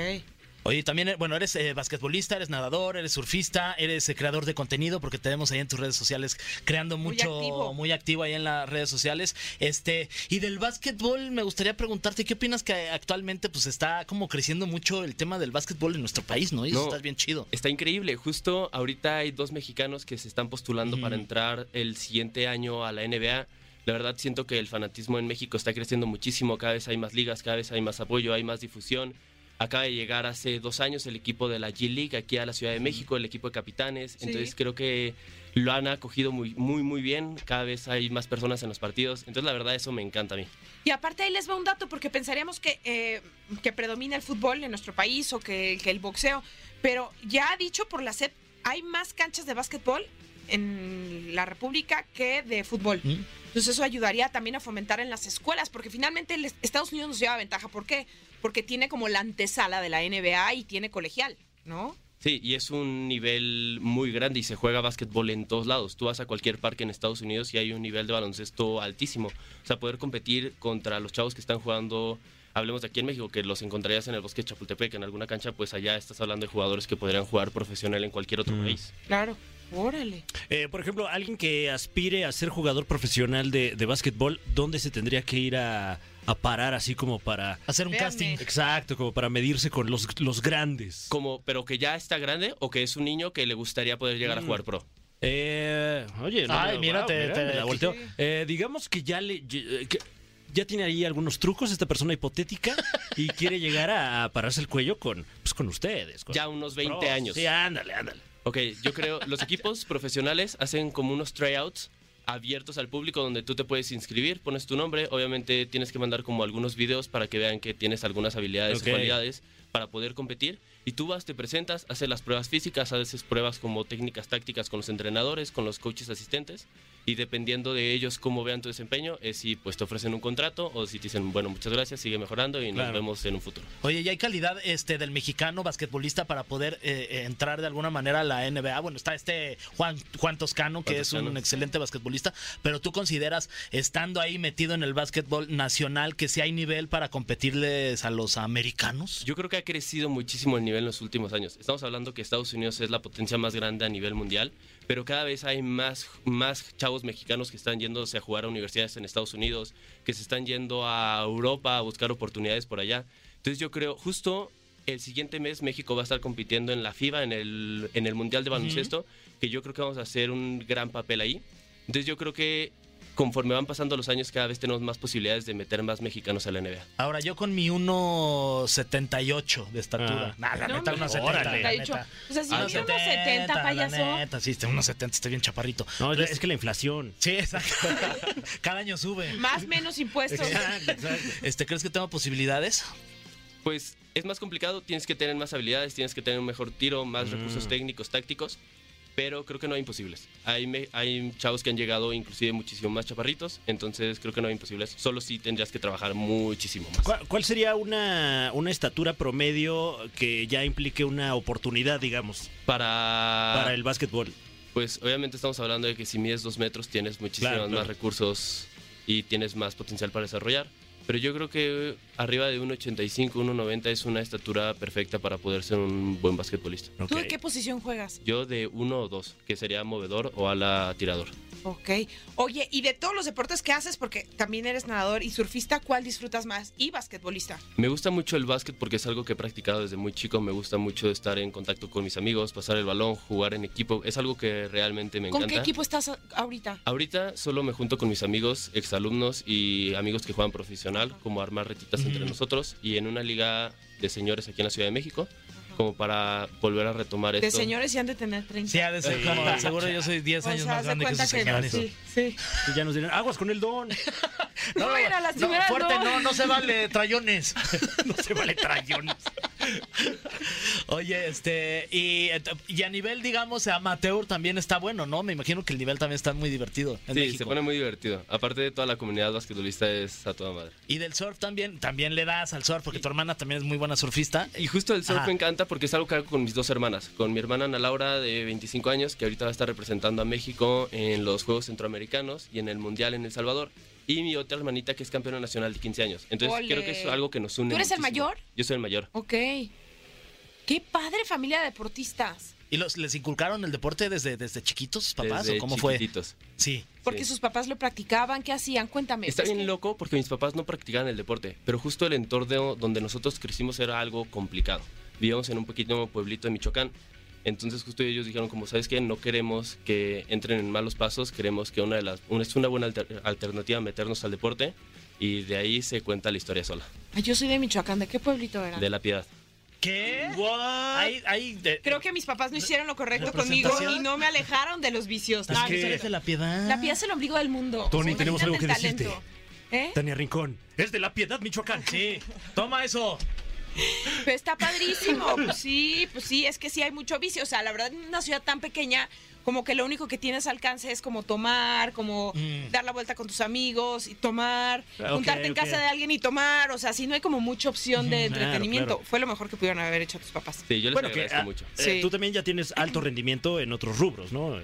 [SPEAKER 3] Oye, también, eh, bueno, eres eh, basquetbolista, eres nadador, eres surfista, eres eh, creador de contenido, porque te vemos ahí en tus redes sociales creando
[SPEAKER 1] Muy
[SPEAKER 3] mucho,
[SPEAKER 1] activo.
[SPEAKER 3] muy activo ahí en las redes sociales. Este, y del básquetbol, me gustaría preguntarte, ¿qué opinas que eh, actualmente pues está como creciendo mucho el tema del básquetbol en nuestro país, ¿no? Y eso
[SPEAKER 7] No.
[SPEAKER 3] está bien chido.
[SPEAKER 7] Está increíble, justo ahorita hay dos mexicanos que se están postulando
[SPEAKER 3] Ujú.
[SPEAKER 7] para entrar el siguiente año a la NBA. La verdad siento que el fanatismo en México está creciendo muchísimo, cada vez hay más ligas, cada vez hay más apoyo, hay más difusión. Acaba de llegar hace dos años el equipo de la G League aquí a la Ciudad de México, el equipo de capitanes. Entonces creo que lo han acogido muy, muy, muy bien. Cada vez hay más personas en los partidos. Entonces la verdad eso me encanta a mí.
[SPEAKER 1] Y aparte ahí les va un dato, porque pensaríamos que, eh, que predomina el fútbol en nuestro país o que, que el boxeo, pero ya dicho por la SEP, hay más canchas de básquetbol en la República que de fútbol.
[SPEAKER 3] Mm.
[SPEAKER 1] Entonces eso ayudaría también a fomentar en las escuelas, porque finalmente les- Estados Unidos nos lleva ventaja. ¿Por qué? Porque tiene como la antesala de la NBA y tiene colegial, ¿no?
[SPEAKER 7] Sí, y es un nivel muy grande y se juega básquetbol en todos lados. Tú vas a cualquier parque en Estados Unidos y hay un nivel de baloncesto altísimo. O sea, poder competir contra los chavos que están jugando, hablemos de aquí en México, que los encontrarías en el bosque de Chapultepec, en alguna cancha, pues allá estás hablando de jugadores que podrían jugar profesional en cualquier otro país.
[SPEAKER 1] Claro. Órale.
[SPEAKER 8] Eh, por ejemplo, alguien que aspire a ser jugador profesional de, de básquetbol, ¿dónde se tendría que ir a, a parar así como para...
[SPEAKER 3] Hacer un
[SPEAKER 1] Véanme.
[SPEAKER 3] casting.
[SPEAKER 8] Exacto, como para medirse con los, los grandes.
[SPEAKER 7] Como, pero que ya está grande o que es un niño que le gustaría poder llegar a jugar pro.
[SPEAKER 8] Eh, oye, no,
[SPEAKER 3] Ay,
[SPEAKER 8] no,
[SPEAKER 3] mira, te- te-
[SPEAKER 8] me la volteo. Eh, digamos que ya le... ye- eh, que- ya tiene ahí algunos trucos esta persona hipotética y quiere llegar a, a pararse el cuello con, pues, con ustedes. con-
[SPEAKER 7] Ya unos 20
[SPEAKER 8] Pros.
[SPEAKER 7] años.
[SPEAKER 8] Sí, ándale, ándale.
[SPEAKER 7] Ok, yo creo, los equipos profesionales hacen como unos tryouts abiertos al público donde tú te puedes inscribir, pones tu nombre, obviamente tienes que mandar como algunos videos para que vean que tienes algunas habilidades
[SPEAKER 8] Ok.
[SPEAKER 7] o cualidades, para poder competir. Y tú vas, te presentas, haces las pruebas físicas, haces pruebas como técnicas tácticas con los entrenadores, con los coaches asistentes. Y dependiendo de ellos cómo vean tu desempeño, es si pues te ofrecen un contrato o si te dicen, bueno, muchas gracias, sigue mejorando y nos
[SPEAKER 3] Claro.
[SPEAKER 7] vemos en un futuro.
[SPEAKER 3] Oye, ¿y hay calidad este del mexicano basquetbolista para poder eh, eh, entrar de alguna manera a la NBA? Bueno, está este Juan, Juan Toscano, que
[SPEAKER 7] Juan
[SPEAKER 3] es un
[SPEAKER 7] Toscano.
[SPEAKER 3] excelente basquetbolista, pero tú consideras, estando ahí metido en el básquetbol nacional, que sí hay nivel para competirles a los americanos?
[SPEAKER 7] Pues Yo creo que ha crecido muchísimo el nivel en los últimos años. Estamos hablando que Estados Unidos es la potencia más grande a nivel mundial, pero cada vez hay más, más chavos mexicanos que están yéndose a jugar a universidades en Estados Unidos, que se están yendo a Europa a buscar oportunidades por allá. Entonces yo creo, justo el siguiente mes México va a estar compitiendo en la FIBA, en el, en el Mundial de Baloncesto, que yo creo que vamos a hacer un gran papel ahí. Entonces yo creo que conforme van pasando los años cada vez tenemos más posibilidades de meter más mexicanos a la NBA.
[SPEAKER 3] Ahora, yo con mi 1.78 de estatura.
[SPEAKER 2] Ah.
[SPEAKER 3] Nah, la
[SPEAKER 6] No,
[SPEAKER 3] neta,
[SPEAKER 6] mira,
[SPEAKER 3] 1.70.
[SPEAKER 2] órale.
[SPEAKER 3] la
[SPEAKER 6] Te ha dicho,
[SPEAKER 3] neta.
[SPEAKER 6] O sea, si
[SPEAKER 7] Ah,
[SPEAKER 6] mide
[SPEAKER 7] no,
[SPEAKER 6] unos
[SPEAKER 7] 70,
[SPEAKER 6] 70,
[SPEAKER 3] La
[SPEAKER 6] payaso.
[SPEAKER 3] neta, sí, este, 1.70, estoy bien chaparrito.
[SPEAKER 2] No, es, es que la inflación.
[SPEAKER 3] Sí, exacto. Cada año sube.
[SPEAKER 6] Más menos impuestos.
[SPEAKER 3] Este, ¿Crees que tengo posibilidades?
[SPEAKER 7] pues es más complicado, tienes que tener más habilidades, tienes que tener un mejor tiro, más
[SPEAKER 2] Mm.
[SPEAKER 7] recursos técnicos, tácticos, pero creo que no hay imposibles. Hay, me- hay chavos que han llegado inclusive muchísimo más chaparritos, entonces creo que no hay imposibles, solo sí tendrías que trabajar muchísimo más.
[SPEAKER 2] ¿Cuál, cuál sería una, una estatura promedio que ya implique una oportunidad, digamos,
[SPEAKER 7] Para,
[SPEAKER 2] para el básquetbol?
[SPEAKER 7] Pues obviamente estamos hablando de que si mides dos metros tienes muchísimos
[SPEAKER 2] Claro,
[SPEAKER 7] más
[SPEAKER 2] claro.
[SPEAKER 7] recursos y tienes más potencial para desarrollar. Pero yo creo que arriba de 1,85, 1,90 es una estatura perfecta para poder ser un buen basquetbolista.
[SPEAKER 1] ¿Tú
[SPEAKER 2] Ok.
[SPEAKER 1] de qué posición juegas?
[SPEAKER 7] Yo de 1 o 2, que sería movedor o ala tirador.
[SPEAKER 1] Ok. Oye, y de todos los deportes que haces, porque también eres nadador y surfista, ¿cuál disfrutas más? Y basquetbolista.
[SPEAKER 7] Me gusta mucho el básquet porque es algo que he practicado desde muy chico. Me gusta mucho estar en contacto con mis amigos, pasar el balón, jugar en equipo. Es algo que realmente me
[SPEAKER 1] ¿Con
[SPEAKER 7] encanta.
[SPEAKER 1] qué equipo estás a- ahorita?
[SPEAKER 7] Ahorita solo me junto con mis amigos, exalumnos y amigos que juegan profesional, como armar retitas entre nosotros y en una liga de señores aquí en la Ciudad de México, como para volver a retomar
[SPEAKER 1] De
[SPEAKER 7] esto.
[SPEAKER 1] señores y han de tener 30.
[SPEAKER 3] Sí, ha de ser como, seguro yo soy 10
[SPEAKER 1] O
[SPEAKER 3] años
[SPEAKER 1] sea,
[SPEAKER 3] más
[SPEAKER 1] haz de
[SPEAKER 3] grande que
[SPEAKER 1] cuenta
[SPEAKER 3] esos señores.
[SPEAKER 1] Sí, sí.
[SPEAKER 2] Y ya nos dirán, aguas con el don.
[SPEAKER 3] No,
[SPEAKER 1] No, era la
[SPEAKER 3] no,
[SPEAKER 1] señora,
[SPEAKER 3] fuerte,
[SPEAKER 1] no.
[SPEAKER 3] no, no se vale trayones. no se vale trayones. Oye, este, y, ent- y a nivel, digamos, amateur también está bueno, ¿no? Me imagino que el nivel también está muy divertido en
[SPEAKER 7] Sí,
[SPEAKER 3] México.
[SPEAKER 7] se pone muy divertido. Aparte de toda la comunidad basquetbolista es a toda madre.
[SPEAKER 3] Y del surf también, también le das al surf, porque tu hermana también es muy buena surfista.
[SPEAKER 7] Y justo el surf
[SPEAKER 3] Ajá.
[SPEAKER 7] me encanta porque es algo que hago con mis dos hermanas. Con mi hermana Ana Laura, de 25 años, que ahorita va a estar representando a México en los Juegos Centroamericanos y en el Mundial en El Salvador. Y mi otra hermanita que es campeona nacional de 15 años. Entonces
[SPEAKER 1] Ole.
[SPEAKER 7] creo que es algo que nos une.
[SPEAKER 1] ¿Tú eres el
[SPEAKER 7] muchísimo.
[SPEAKER 1] mayor?
[SPEAKER 7] Yo soy el mayor.
[SPEAKER 1] Ok. Qué padre familia de deportistas.
[SPEAKER 3] ¿Y los, les inculcaron el deporte desde, desde chiquitos, sus papás?
[SPEAKER 7] Desde
[SPEAKER 3] ¿O cómo
[SPEAKER 7] chiquititos.
[SPEAKER 3] fue? Sí.
[SPEAKER 1] Porque
[SPEAKER 7] Sí.
[SPEAKER 1] sus papás lo practicaban, ¿qué hacían? Cuéntame.
[SPEAKER 7] Está
[SPEAKER 1] Es
[SPEAKER 7] bien
[SPEAKER 1] que-
[SPEAKER 7] loco porque mis papás no practicaban el deporte, pero justo el entorno donde nosotros crecimos era algo complicado. Vivíamos en un pequeño pueblito de Michoacán. Entonces justo ellos dijeron como, ¿sabes qué? No queremos que entren en malos pasos, queremos que una de las, una- es una buena alter- alternativa meternos al deporte y de ahí se cuenta la historia sola,
[SPEAKER 1] Ay, yo soy de Michoacán, ¿de qué pueblito era?
[SPEAKER 7] de la piedad.
[SPEAKER 3] ¿Qué? Ahí, ahí de-
[SPEAKER 1] Creo que mis papás no hicieron lo correcto conmigo
[SPEAKER 3] ¿Representación?
[SPEAKER 1] y no me alejaron de los vicios.
[SPEAKER 3] Es
[SPEAKER 1] Ah,
[SPEAKER 3] que
[SPEAKER 1] no,
[SPEAKER 3] eres de
[SPEAKER 1] la...
[SPEAKER 3] la piedad.
[SPEAKER 1] piedad es el ombligo del mundo.
[SPEAKER 8] Tony,
[SPEAKER 1] Imagínate
[SPEAKER 8] tenemos algo
[SPEAKER 1] el
[SPEAKER 8] que decirte.
[SPEAKER 1] talento. ¿Eh?
[SPEAKER 8] Tania Rincón, es de la piedad, Michoacán.
[SPEAKER 3] Sí. Toma eso.
[SPEAKER 1] Pero está padrísimo. Pues sí, pues sí, es que sí hay mucho vicio. O sea, la verdad, en una ciudad tan pequeña, como que lo único que tienes al alcance es como tomar, como
[SPEAKER 3] Mm.
[SPEAKER 1] dar la vuelta con tus amigos y tomar,
[SPEAKER 2] Ah, ok,
[SPEAKER 1] juntarte en
[SPEAKER 2] ok.
[SPEAKER 1] casa de alguien y tomar. O sea, sí no hay como mucha opción de
[SPEAKER 2] Ujú, claro,
[SPEAKER 1] entretenimiento.
[SPEAKER 2] claro.
[SPEAKER 1] Fue lo mejor que pudieron haber hecho tus papás.
[SPEAKER 7] Sí, yo les
[SPEAKER 2] Bueno, que
[SPEAKER 7] agradezco
[SPEAKER 2] ah,
[SPEAKER 7] mucho.
[SPEAKER 2] eh,
[SPEAKER 1] Sí.
[SPEAKER 2] tú también ya tienes alto rendimiento en otros rubros, ¿no?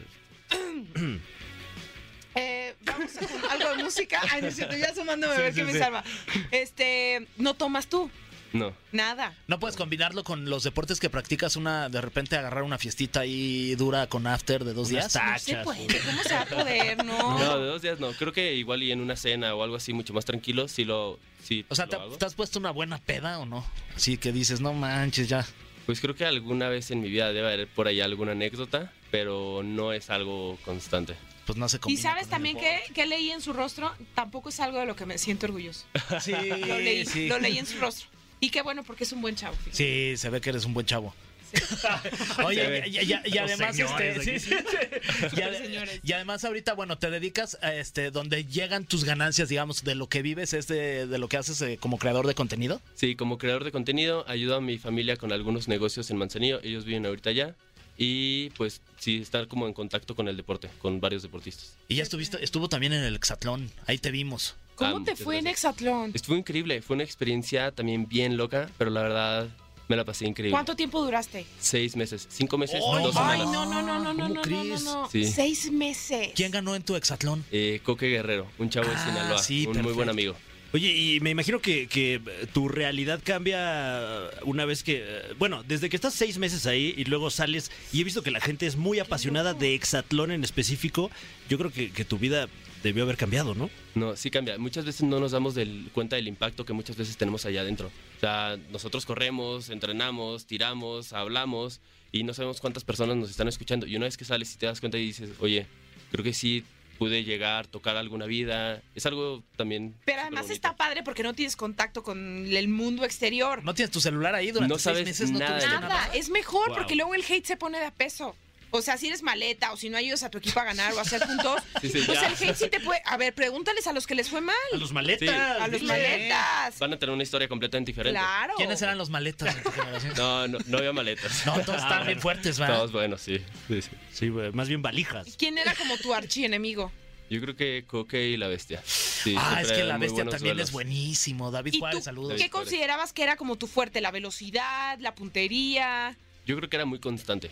[SPEAKER 1] Eh, vamos a con algo de música. Ay, no es cierto, ya sumándome a
[SPEAKER 3] Sí,
[SPEAKER 1] ver
[SPEAKER 3] sí,
[SPEAKER 1] qué
[SPEAKER 3] sí.
[SPEAKER 1] me salva. Este, no tomas tú,
[SPEAKER 7] No,
[SPEAKER 1] nada.
[SPEAKER 3] No puedes combinarlo con los deportes que practicas, una de repente agarrar una fiestita ahí dura con after de dos días.
[SPEAKER 1] No se puede, ¿cómo se va a poder? No.
[SPEAKER 7] no, de dos días no. Creo que igual y en una cena o algo así mucho más tranquilo, si lo... Si
[SPEAKER 3] O sea,
[SPEAKER 7] lo
[SPEAKER 3] ¿te,
[SPEAKER 7] hago.
[SPEAKER 3] te has puesto una buena peda o no? Así que dices, no manches, ya.
[SPEAKER 7] Pues creo que alguna vez en mi vida debe haber por ahí alguna anécdota, pero no es algo constante.
[SPEAKER 3] Pues no se combina.
[SPEAKER 1] Y sabes
[SPEAKER 3] con
[SPEAKER 1] también
[SPEAKER 3] el
[SPEAKER 1] que, que leí en su rostro, tampoco es algo de lo que me siento orgulloso.
[SPEAKER 3] deporte. Sí,
[SPEAKER 1] Lo leí,
[SPEAKER 3] sí.
[SPEAKER 1] lo leí en su rostro. Y qué bueno porque es un buen chavo. fíjate.
[SPEAKER 3] Sí, se ve que eres un buen chavo.
[SPEAKER 1] Sí.
[SPEAKER 3] Oye, y, y- y- y
[SPEAKER 8] Los
[SPEAKER 3] además,
[SPEAKER 8] señores
[SPEAKER 3] este, sí,
[SPEAKER 8] aquí.
[SPEAKER 3] sí, sí. Y, ade-
[SPEAKER 1] señores.
[SPEAKER 3] y además ahorita, bueno, te dedicas a este, donde llegan tus ganancias, digamos, de lo que vives, es de, de lo que haces eh, como creador de contenido.
[SPEAKER 7] Sí, como creador de contenido, ayudo a mi familia con algunos negocios en Manzanillo. Ellos viven ahorita allá. Y pues sí, estar como en contacto con el deporte, con varios deportistas.
[SPEAKER 3] Y ya estuviste, estuvo también en el hexatlón, ahí te vimos.
[SPEAKER 6] ¿Cómo
[SPEAKER 7] Ah,
[SPEAKER 6] te
[SPEAKER 7] muchas
[SPEAKER 6] fue en
[SPEAKER 7] gracias.
[SPEAKER 6] Hexatlón?
[SPEAKER 7] Estuvo increíble, fue una experiencia también bien loca, pero la verdad me la pasé increíble.
[SPEAKER 1] ¿Cuánto tiempo duraste?
[SPEAKER 7] Seis meses, cinco meses,
[SPEAKER 3] ¡Ay,
[SPEAKER 7] dos
[SPEAKER 3] ay,
[SPEAKER 7] semanas.
[SPEAKER 1] Ay, no, no, no, no, no,
[SPEAKER 3] ¿Cómo
[SPEAKER 1] no, no, no,
[SPEAKER 3] crees?
[SPEAKER 1] no.
[SPEAKER 7] Sí.
[SPEAKER 1] Seis meses.
[SPEAKER 3] ¿Quién ganó en tu hexatlón?
[SPEAKER 7] Eh, Coque Guerrero, un chavo de
[SPEAKER 3] Ah,
[SPEAKER 7] Sinaloa,
[SPEAKER 3] sí,
[SPEAKER 7] un muy buen
[SPEAKER 3] perfecto.
[SPEAKER 7] amigo.
[SPEAKER 8] Oye, y me imagino que, que eh, tu realidad cambia una vez que. eh, Bueno, desde que estás seis meses ahí y luego sales, y he visto que la gente es muy apasionada de Hexatlón en específico, yo creo que, que tu vida debió haber cambiado, ¿no?
[SPEAKER 7] No, sí cambia. Muchas veces no nos damos del, cuenta del impacto que muchas veces tenemos allá adentro. O sea, nosotros corremos, entrenamos, tiramos, hablamos y no sabemos cuántas personas nos están escuchando. Y una vez que sales y te das cuenta y dices, oye, creo que sí pude llegar, tocar alguna vida. Es algo también.
[SPEAKER 1] Pero además
[SPEAKER 7] superbonito.
[SPEAKER 1] está padre porque no tienes contacto con el mundo exterior.
[SPEAKER 3] ¿No tienes tu celular ahí durante
[SPEAKER 7] No sabes
[SPEAKER 3] seis meses?
[SPEAKER 7] nada
[SPEAKER 3] tuviste
[SPEAKER 7] de
[SPEAKER 1] Nada, es mejor
[SPEAKER 8] Wow.
[SPEAKER 1] porque luego el hate se pone de a peso. O sea, si eres maleta o si no ayudas a tu equipo a ganar o a hacer puntos,
[SPEAKER 7] Sí, sí,
[SPEAKER 1] pues
[SPEAKER 7] ya.
[SPEAKER 1] el hate sí te puede. A ver, pregúntales a los que les fue mal,
[SPEAKER 8] A los maletas.
[SPEAKER 7] Sí.
[SPEAKER 1] a los
[SPEAKER 3] dile.
[SPEAKER 1] maletas.
[SPEAKER 7] Van a tener una historia completamente diferente.
[SPEAKER 1] Claro.
[SPEAKER 3] ¿Quiénes eran los maletas de tu generación?
[SPEAKER 7] No, no, no había maletas.
[SPEAKER 3] No, todos estaban bien fuertes, ¿verdad?
[SPEAKER 7] Todos buenos, sí. Sí, sí.
[SPEAKER 8] Sí, güey, más bien valijas.
[SPEAKER 1] ¿Quién era como tu archienemigo?
[SPEAKER 7] Yo creo que Coque y la bestia. Sí,
[SPEAKER 3] ah, es
[SPEAKER 7] siempre
[SPEAKER 3] que
[SPEAKER 7] eran
[SPEAKER 3] la
[SPEAKER 7] muy
[SPEAKER 3] bestia
[SPEAKER 7] buenos
[SPEAKER 3] también
[SPEAKER 7] duelos.
[SPEAKER 3] es buenísimo. David
[SPEAKER 1] ¿Y tú
[SPEAKER 3] Juárez, saludos.
[SPEAKER 1] qué considerabas que era como tu fuerte? ¿La velocidad? ¿La puntería?
[SPEAKER 7] Yo creo que era muy constante.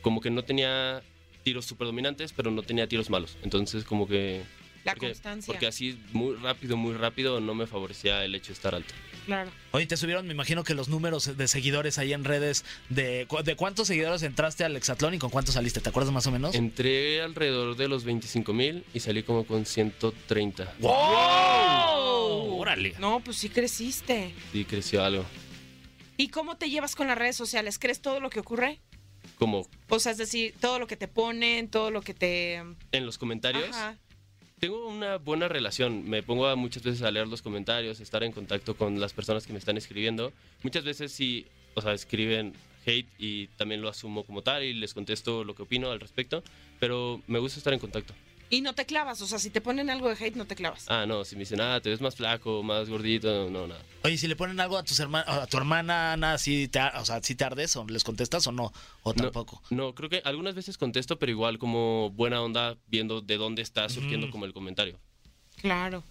[SPEAKER 7] Como que no tenía tiros super dominantes, pero no tenía tiros malos. Entonces, como que.
[SPEAKER 1] ¿La
[SPEAKER 7] porque,
[SPEAKER 1] constancia?
[SPEAKER 7] Porque así, muy rápido, muy rápido, no me favorecía el hecho de estar alto.
[SPEAKER 1] Claro.
[SPEAKER 3] Oye, te subieron, me imagino que los números de seguidores ahí en redes. ¿De, cu- de cuántos seguidores entraste al hexatlón y con cuántos saliste? ¿Te acuerdas más o menos?
[SPEAKER 7] Entré alrededor de los 25 mil y salí como con 130.
[SPEAKER 1] ¡Oh!
[SPEAKER 3] Oh,
[SPEAKER 8] Órale.
[SPEAKER 1] No, pues sí creciste.
[SPEAKER 7] Y creció algo.
[SPEAKER 1] ¿Y cómo te llevas con las redes sociales? ¿Crees todo lo que ocurre?
[SPEAKER 7] Como
[SPEAKER 1] O sea, es decir, todo lo que te ponen, todo lo que te...
[SPEAKER 7] en los comentarios.
[SPEAKER 1] Ajá.
[SPEAKER 7] Tengo una buena relación. Me pongo a muchas veces a leer los comentarios, estar en contacto con las personas que me están escribiendo. Muchas veces sí, o sea, escriben hate y también lo asumo como tal y les contesto lo que opino al respecto. Pero me gusta estar en contacto.
[SPEAKER 1] Y no te clavas, o sea, si te ponen algo de hate, no te clavas.
[SPEAKER 7] Ah, no, si me dicen, ah, te ves más flaco, más gordito, no, nada.
[SPEAKER 3] Oye, si le ponen algo a tus herma- a tu hermana Ana, si te, ar- o sea, si te ardes o les contestas o no, o
[SPEAKER 7] No,
[SPEAKER 3] tampoco.
[SPEAKER 7] No, creo que algunas veces contesto, pero igual como buena onda viendo de dónde está surgiendo
[SPEAKER 3] Mm.
[SPEAKER 7] como el comentario.
[SPEAKER 1] Claro.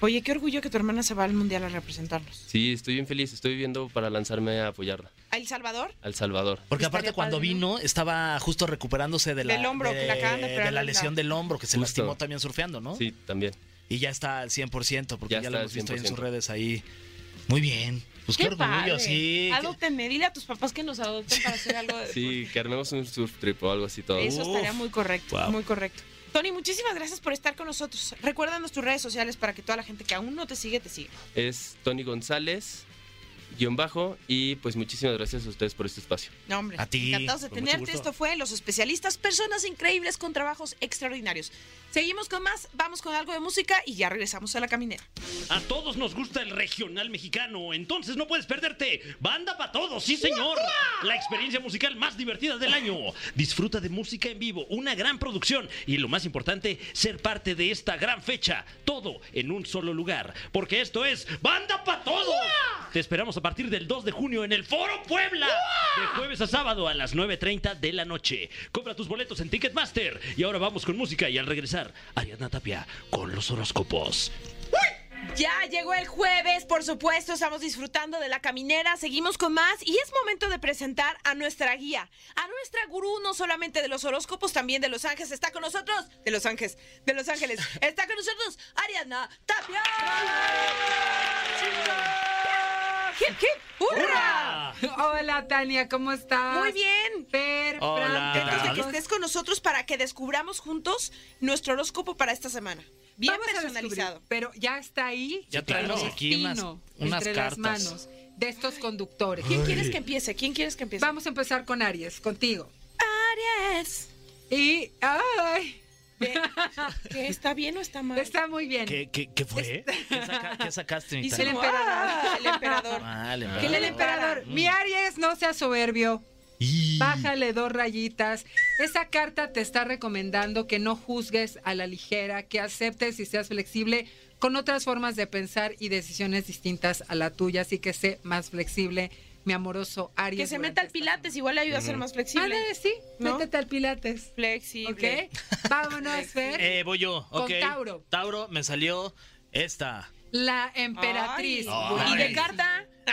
[SPEAKER 1] Oye, qué orgullo que tu hermana se va al mundial a representarnos.
[SPEAKER 7] Sí, estoy bien feliz, estoy viendo para lanzarme a apoyarla.
[SPEAKER 1] ¿A El Salvador?
[SPEAKER 7] Al Salvador.
[SPEAKER 3] Porque
[SPEAKER 1] Estaría
[SPEAKER 3] aparte cuando
[SPEAKER 1] padre,
[SPEAKER 3] vino estaba justo recuperándose de la,
[SPEAKER 1] Del hombro,
[SPEAKER 3] de,
[SPEAKER 1] que le acaban de operar
[SPEAKER 3] de
[SPEAKER 1] la-
[SPEAKER 3] la lesión del hombro que se
[SPEAKER 7] Justo.
[SPEAKER 3] lastimó también surfeando, ¿no?
[SPEAKER 7] Sí, también.
[SPEAKER 3] Y ya está al 100% porque ya,
[SPEAKER 7] Ya
[SPEAKER 3] lo
[SPEAKER 7] está al
[SPEAKER 3] hemos visto ahí en sus
[SPEAKER 7] 100%.
[SPEAKER 3] redes ahí. Muy bien. Pues qué, orgullo, sí. qué-
[SPEAKER 1] Adóptenme, dile a tus papás que nos adopten para hacer algo de
[SPEAKER 7] Sí, que armemos un surf trip o algo así todo.
[SPEAKER 1] Eso
[SPEAKER 8] Uf.
[SPEAKER 1] estaría muy correcto,
[SPEAKER 8] Wow.
[SPEAKER 1] muy correcto. Tony, muchísimas gracias por estar con nosotros. Recuérdanos tus redes sociales para que toda la gente que aún no te sigue, te siga.
[SPEAKER 7] es Tony González, guión bajo, y pues muchísimas gracias a ustedes por este espacio.
[SPEAKER 1] No, hombre,
[SPEAKER 3] A ti.
[SPEAKER 1] encantados de
[SPEAKER 8] Con mucho
[SPEAKER 1] tenerte.
[SPEAKER 8] gusto.
[SPEAKER 1] Esto fue Los Especialistas, personas increíbles con trabajos extraordinarios. Seguimos con más, vamos con algo de música y ya regresamos a la caminera.
[SPEAKER 2] A todos nos gusta el regional mexicano, entonces no puedes perderte. Banda para todos, sí señor. La experiencia musical más divertida del año. Disfruta de música en vivo, una gran producción y lo más importante, ser parte de esta gran fecha. Todo en un solo lugar, porque esto es Banda para todos. Te esperamos a partir del 2 de junio en el Foro Puebla. De jueves a sábado a las 9.30 de la noche. Compra tus boletos en Ticketmaster. Y ahora vamos con música y al regresar, Ariadna Tapia con los horóscopos.
[SPEAKER 1] Ya llegó el jueves, por supuesto, estamos disfrutando de la caminera, seguimos con más y es momento de presentar a nuestra guía, a nuestra gurú, no solamente de los horóscopos, también de Los Ángeles. Está con nosotros, de Los Ángeles, de Los Ángeles, está con nosotros Ariana Tapia. ¡Hip, hip! ¡Hurra!
[SPEAKER 9] Hola Tania, ¿cómo estás?
[SPEAKER 1] Muy bien.
[SPEAKER 9] Fer,
[SPEAKER 3] Hola.
[SPEAKER 9] Fran,
[SPEAKER 1] Entonces, de que
[SPEAKER 9] chicos,
[SPEAKER 1] estés con nosotros para que descubramos juntos nuestro horóscopo para esta semana. Bien
[SPEAKER 9] vamos a
[SPEAKER 1] personalizado.
[SPEAKER 9] descubrir, Pero ya está ahí.
[SPEAKER 3] Ya traemos
[SPEAKER 9] el
[SPEAKER 3] aquí unas-
[SPEAKER 9] destino
[SPEAKER 3] unas
[SPEAKER 9] entre
[SPEAKER 3] cartas.
[SPEAKER 9] las manos de estos conductores.
[SPEAKER 1] ¿Quién quieres que empiece? ¿Quién quieres que empiece?
[SPEAKER 9] Vamos a empezar con Aries, contigo.
[SPEAKER 1] Aries.
[SPEAKER 9] Y ay,
[SPEAKER 1] Ve, ¿qué? ¿Está bien o está mal?
[SPEAKER 9] está muy bien.
[SPEAKER 3] ¿Qué, qué, qué fue?
[SPEAKER 9] Este
[SPEAKER 3] ¿Qué, saca- qué sacaste, mi
[SPEAKER 1] Y
[SPEAKER 9] Dice
[SPEAKER 3] Tania?
[SPEAKER 9] el emperador.
[SPEAKER 1] Ah, el emperador.
[SPEAKER 3] Vale,
[SPEAKER 1] ¿Qué le
[SPEAKER 3] vale.
[SPEAKER 1] el emperador?
[SPEAKER 9] Mi Aries, no sea soberbio.
[SPEAKER 8] Y-
[SPEAKER 9] Bájale dos rayitas. Esa carta te está recomendando que no juzgues a la ligera, que aceptes y seas flexible con otras formas de pensar y decisiones distintas a la tuya. Así que sé más flexible, mi amoroso Aries.
[SPEAKER 1] Que se
[SPEAKER 9] durante
[SPEAKER 1] meta al
[SPEAKER 9] esta
[SPEAKER 1] pilates, igual le ayuda a ser más
[SPEAKER 9] semana.
[SPEAKER 1] flexible.
[SPEAKER 9] Ándale, Ah, sí,
[SPEAKER 1] ¿No?
[SPEAKER 9] métete al pilates.
[SPEAKER 1] Flexible.
[SPEAKER 9] ¿Ok? Vámonos, ver
[SPEAKER 3] Eh, voy yo.
[SPEAKER 9] Con
[SPEAKER 3] ok.
[SPEAKER 9] Tauro.
[SPEAKER 3] Tauro me salió esta.
[SPEAKER 9] La emperatriz.
[SPEAKER 1] Ay. ¿Y de carta?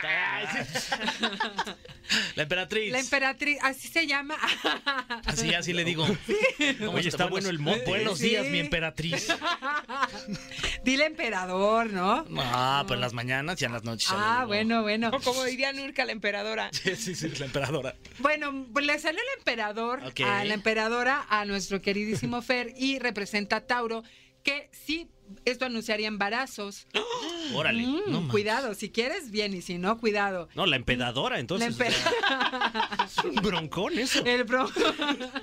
[SPEAKER 3] La emperatriz.
[SPEAKER 9] La emperatriz, así se llama.
[SPEAKER 3] Así, así le digo. ¿Cómo
[SPEAKER 8] Oye, está bueno
[SPEAKER 3] Buenos-
[SPEAKER 8] el mote.
[SPEAKER 3] Buenos
[SPEAKER 9] Sí.
[SPEAKER 3] días, mi emperatriz.
[SPEAKER 9] Dile emperador, ¿no?
[SPEAKER 3] Ah, pues en las mañanas y en las noches. ya le
[SPEAKER 9] Ah,
[SPEAKER 3] digo.
[SPEAKER 9] bueno, bueno.
[SPEAKER 1] O como diría Nurka, la emperadora.
[SPEAKER 3] Sí, sí, sí, la emperadora.
[SPEAKER 9] Bueno, pues le salió el emperador
[SPEAKER 3] Ok.
[SPEAKER 9] a la emperadora, a nuestro queridísimo Fer, y representa a Tauro, que sí, esto anunciaría embarazos.
[SPEAKER 8] Órale.
[SPEAKER 9] Mm,
[SPEAKER 8] No, ma-
[SPEAKER 9] cuidado, si quieres, bien, y si no, cuidado.
[SPEAKER 8] no, la empedadora,
[SPEAKER 9] La
[SPEAKER 8] entonces.
[SPEAKER 9] empe-
[SPEAKER 8] Es un broncón eso.
[SPEAKER 9] el, bron-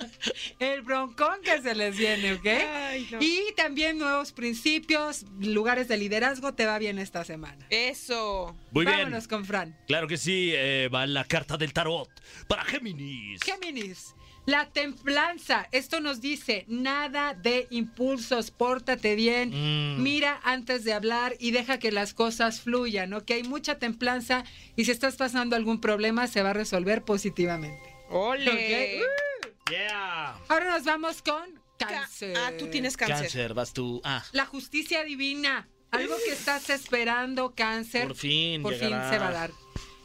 [SPEAKER 9] el broncón que se les viene, ¿ok?
[SPEAKER 1] Ay, no.
[SPEAKER 9] Y también nuevos principios, lugares de liderazgo, te va bien esta semana.
[SPEAKER 1] Eso.
[SPEAKER 8] Muy bien.
[SPEAKER 9] Vámonos con Fran.
[SPEAKER 8] Claro que sí, eh, va la carta del tarot para Géminis.
[SPEAKER 9] Géminis. La templanza, esto nos dice nada de impulsos, pórtate bien,
[SPEAKER 3] Mm,
[SPEAKER 1] Mm.
[SPEAKER 9] mira antes de hablar y deja que las cosas fluyan, ¿ok? Hay mucha templanza y si estás pasando algún problema se va a resolver positivamente.
[SPEAKER 1] Ole.
[SPEAKER 9] Ok.
[SPEAKER 3] Yeah.
[SPEAKER 9] Ahora nos vamos con
[SPEAKER 1] Ca-
[SPEAKER 9] cáncer.
[SPEAKER 1] Ah, tú tienes cáncer.
[SPEAKER 3] Cáncer, vas tú. Ah,
[SPEAKER 9] La justicia divina, algo que estás esperando, cáncer.
[SPEAKER 3] por fin.
[SPEAKER 9] por fin
[SPEAKER 3] llegará.
[SPEAKER 9] se va a dar.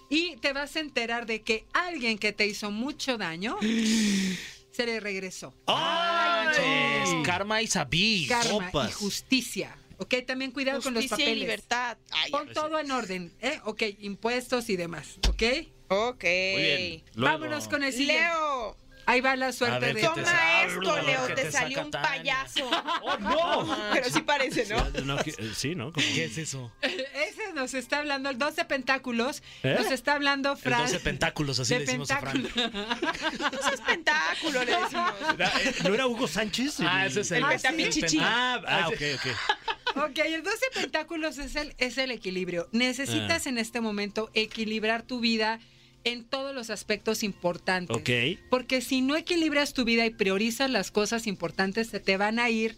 [SPEAKER 9] Y te vas a enterar de que alguien que te hizo mucho daño se le regresó.
[SPEAKER 3] Manches, Karma y Sabí.
[SPEAKER 9] Karma y
[SPEAKER 8] Sopas.
[SPEAKER 9] justicia. ¿Ok? También cuidado con los
[SPEAKER 1] Justicia y
[SPEAKER 9] papeles.
[SPEAKER 1] libertad. Ay,
[SPEAKER 9] Pon todo en orden, ¿eh? Ok, impuestos y demás, ¿ok?
[SPEAKER 1] ok.
[SPEAKER 8] Muy bien. Luego.
[SPEAKER 9] Vámonos con el siguiente.
[SPEAKER 1] Leo,
[SPEAKER 9] Ahí va la suerte
[SPEAKER 3] A ver, ¿qué
[SPEAKER 9] de...
[SPEAKER 3] te
[SPEAKER 9] Toma.
[SPEAKER 1] toma
[SPEAKER 3] sa-
[SPEAKER 1] esto,
[SPEAKER 3] Hablo,
[SPEAKER 1] Leo.
[SPEAKER 3] que
[SPEAKER 1] Te
[SPEAKER 3] te
[SPEAKER 1] salió
[SPEAKER 3] saca
[SPEAKER 1] un
[SPEAKER 3] Tania.
[SPEAKER 1] payaso. ¡Oh, no! Pero sí parece, ¿no?
[SPEAKER 8] No, que- eh, sí, ¿no? Como-
[SPEAKER 3] ¿Qué es eso?
[SPEAKER 9] Ese nos está hablando, el 12 pentáculos.
[SPEAKER 8] ¿Eh?
[SPEAKER 9] Nos está hablando
[SPEAKER 3] El
[SPEAKER 9] Fran.
[SPEAKER 3] 12 pentáculos, así
[SPEAKER 9] de
[SPEAKER 3] le decimos a Fran.
[SPEAKER 9] pentáculos.
[SPEAKER 1] No seas pentáculo, le decimos.
[SPEAKER 8] Ah, eh, ¿No era Hugo Sánchez?
[SPEAKER 3] Ah, ese es el,
[SPEAKER 1] El
[SPEAKER 3] el
[SPEAKER 1] pentapichichi.
[SPEAKER 3] penta-
[SPEAKER 8] Ah, ah, ok, ok.
[SPEAKER 9] Ok, el 12 pentáculos es el, es el equilibrio.
[SPEAKER 8] Ah.
[SPEAKER 9] Necesitas en este momento equilibrar tu vida en todos los aspectos importantes.
[SPEAKER 8] Ok.
[SPEAKER 9] Porque si no equilibras tu vida y priorizas las cosas importantes, se te van a ir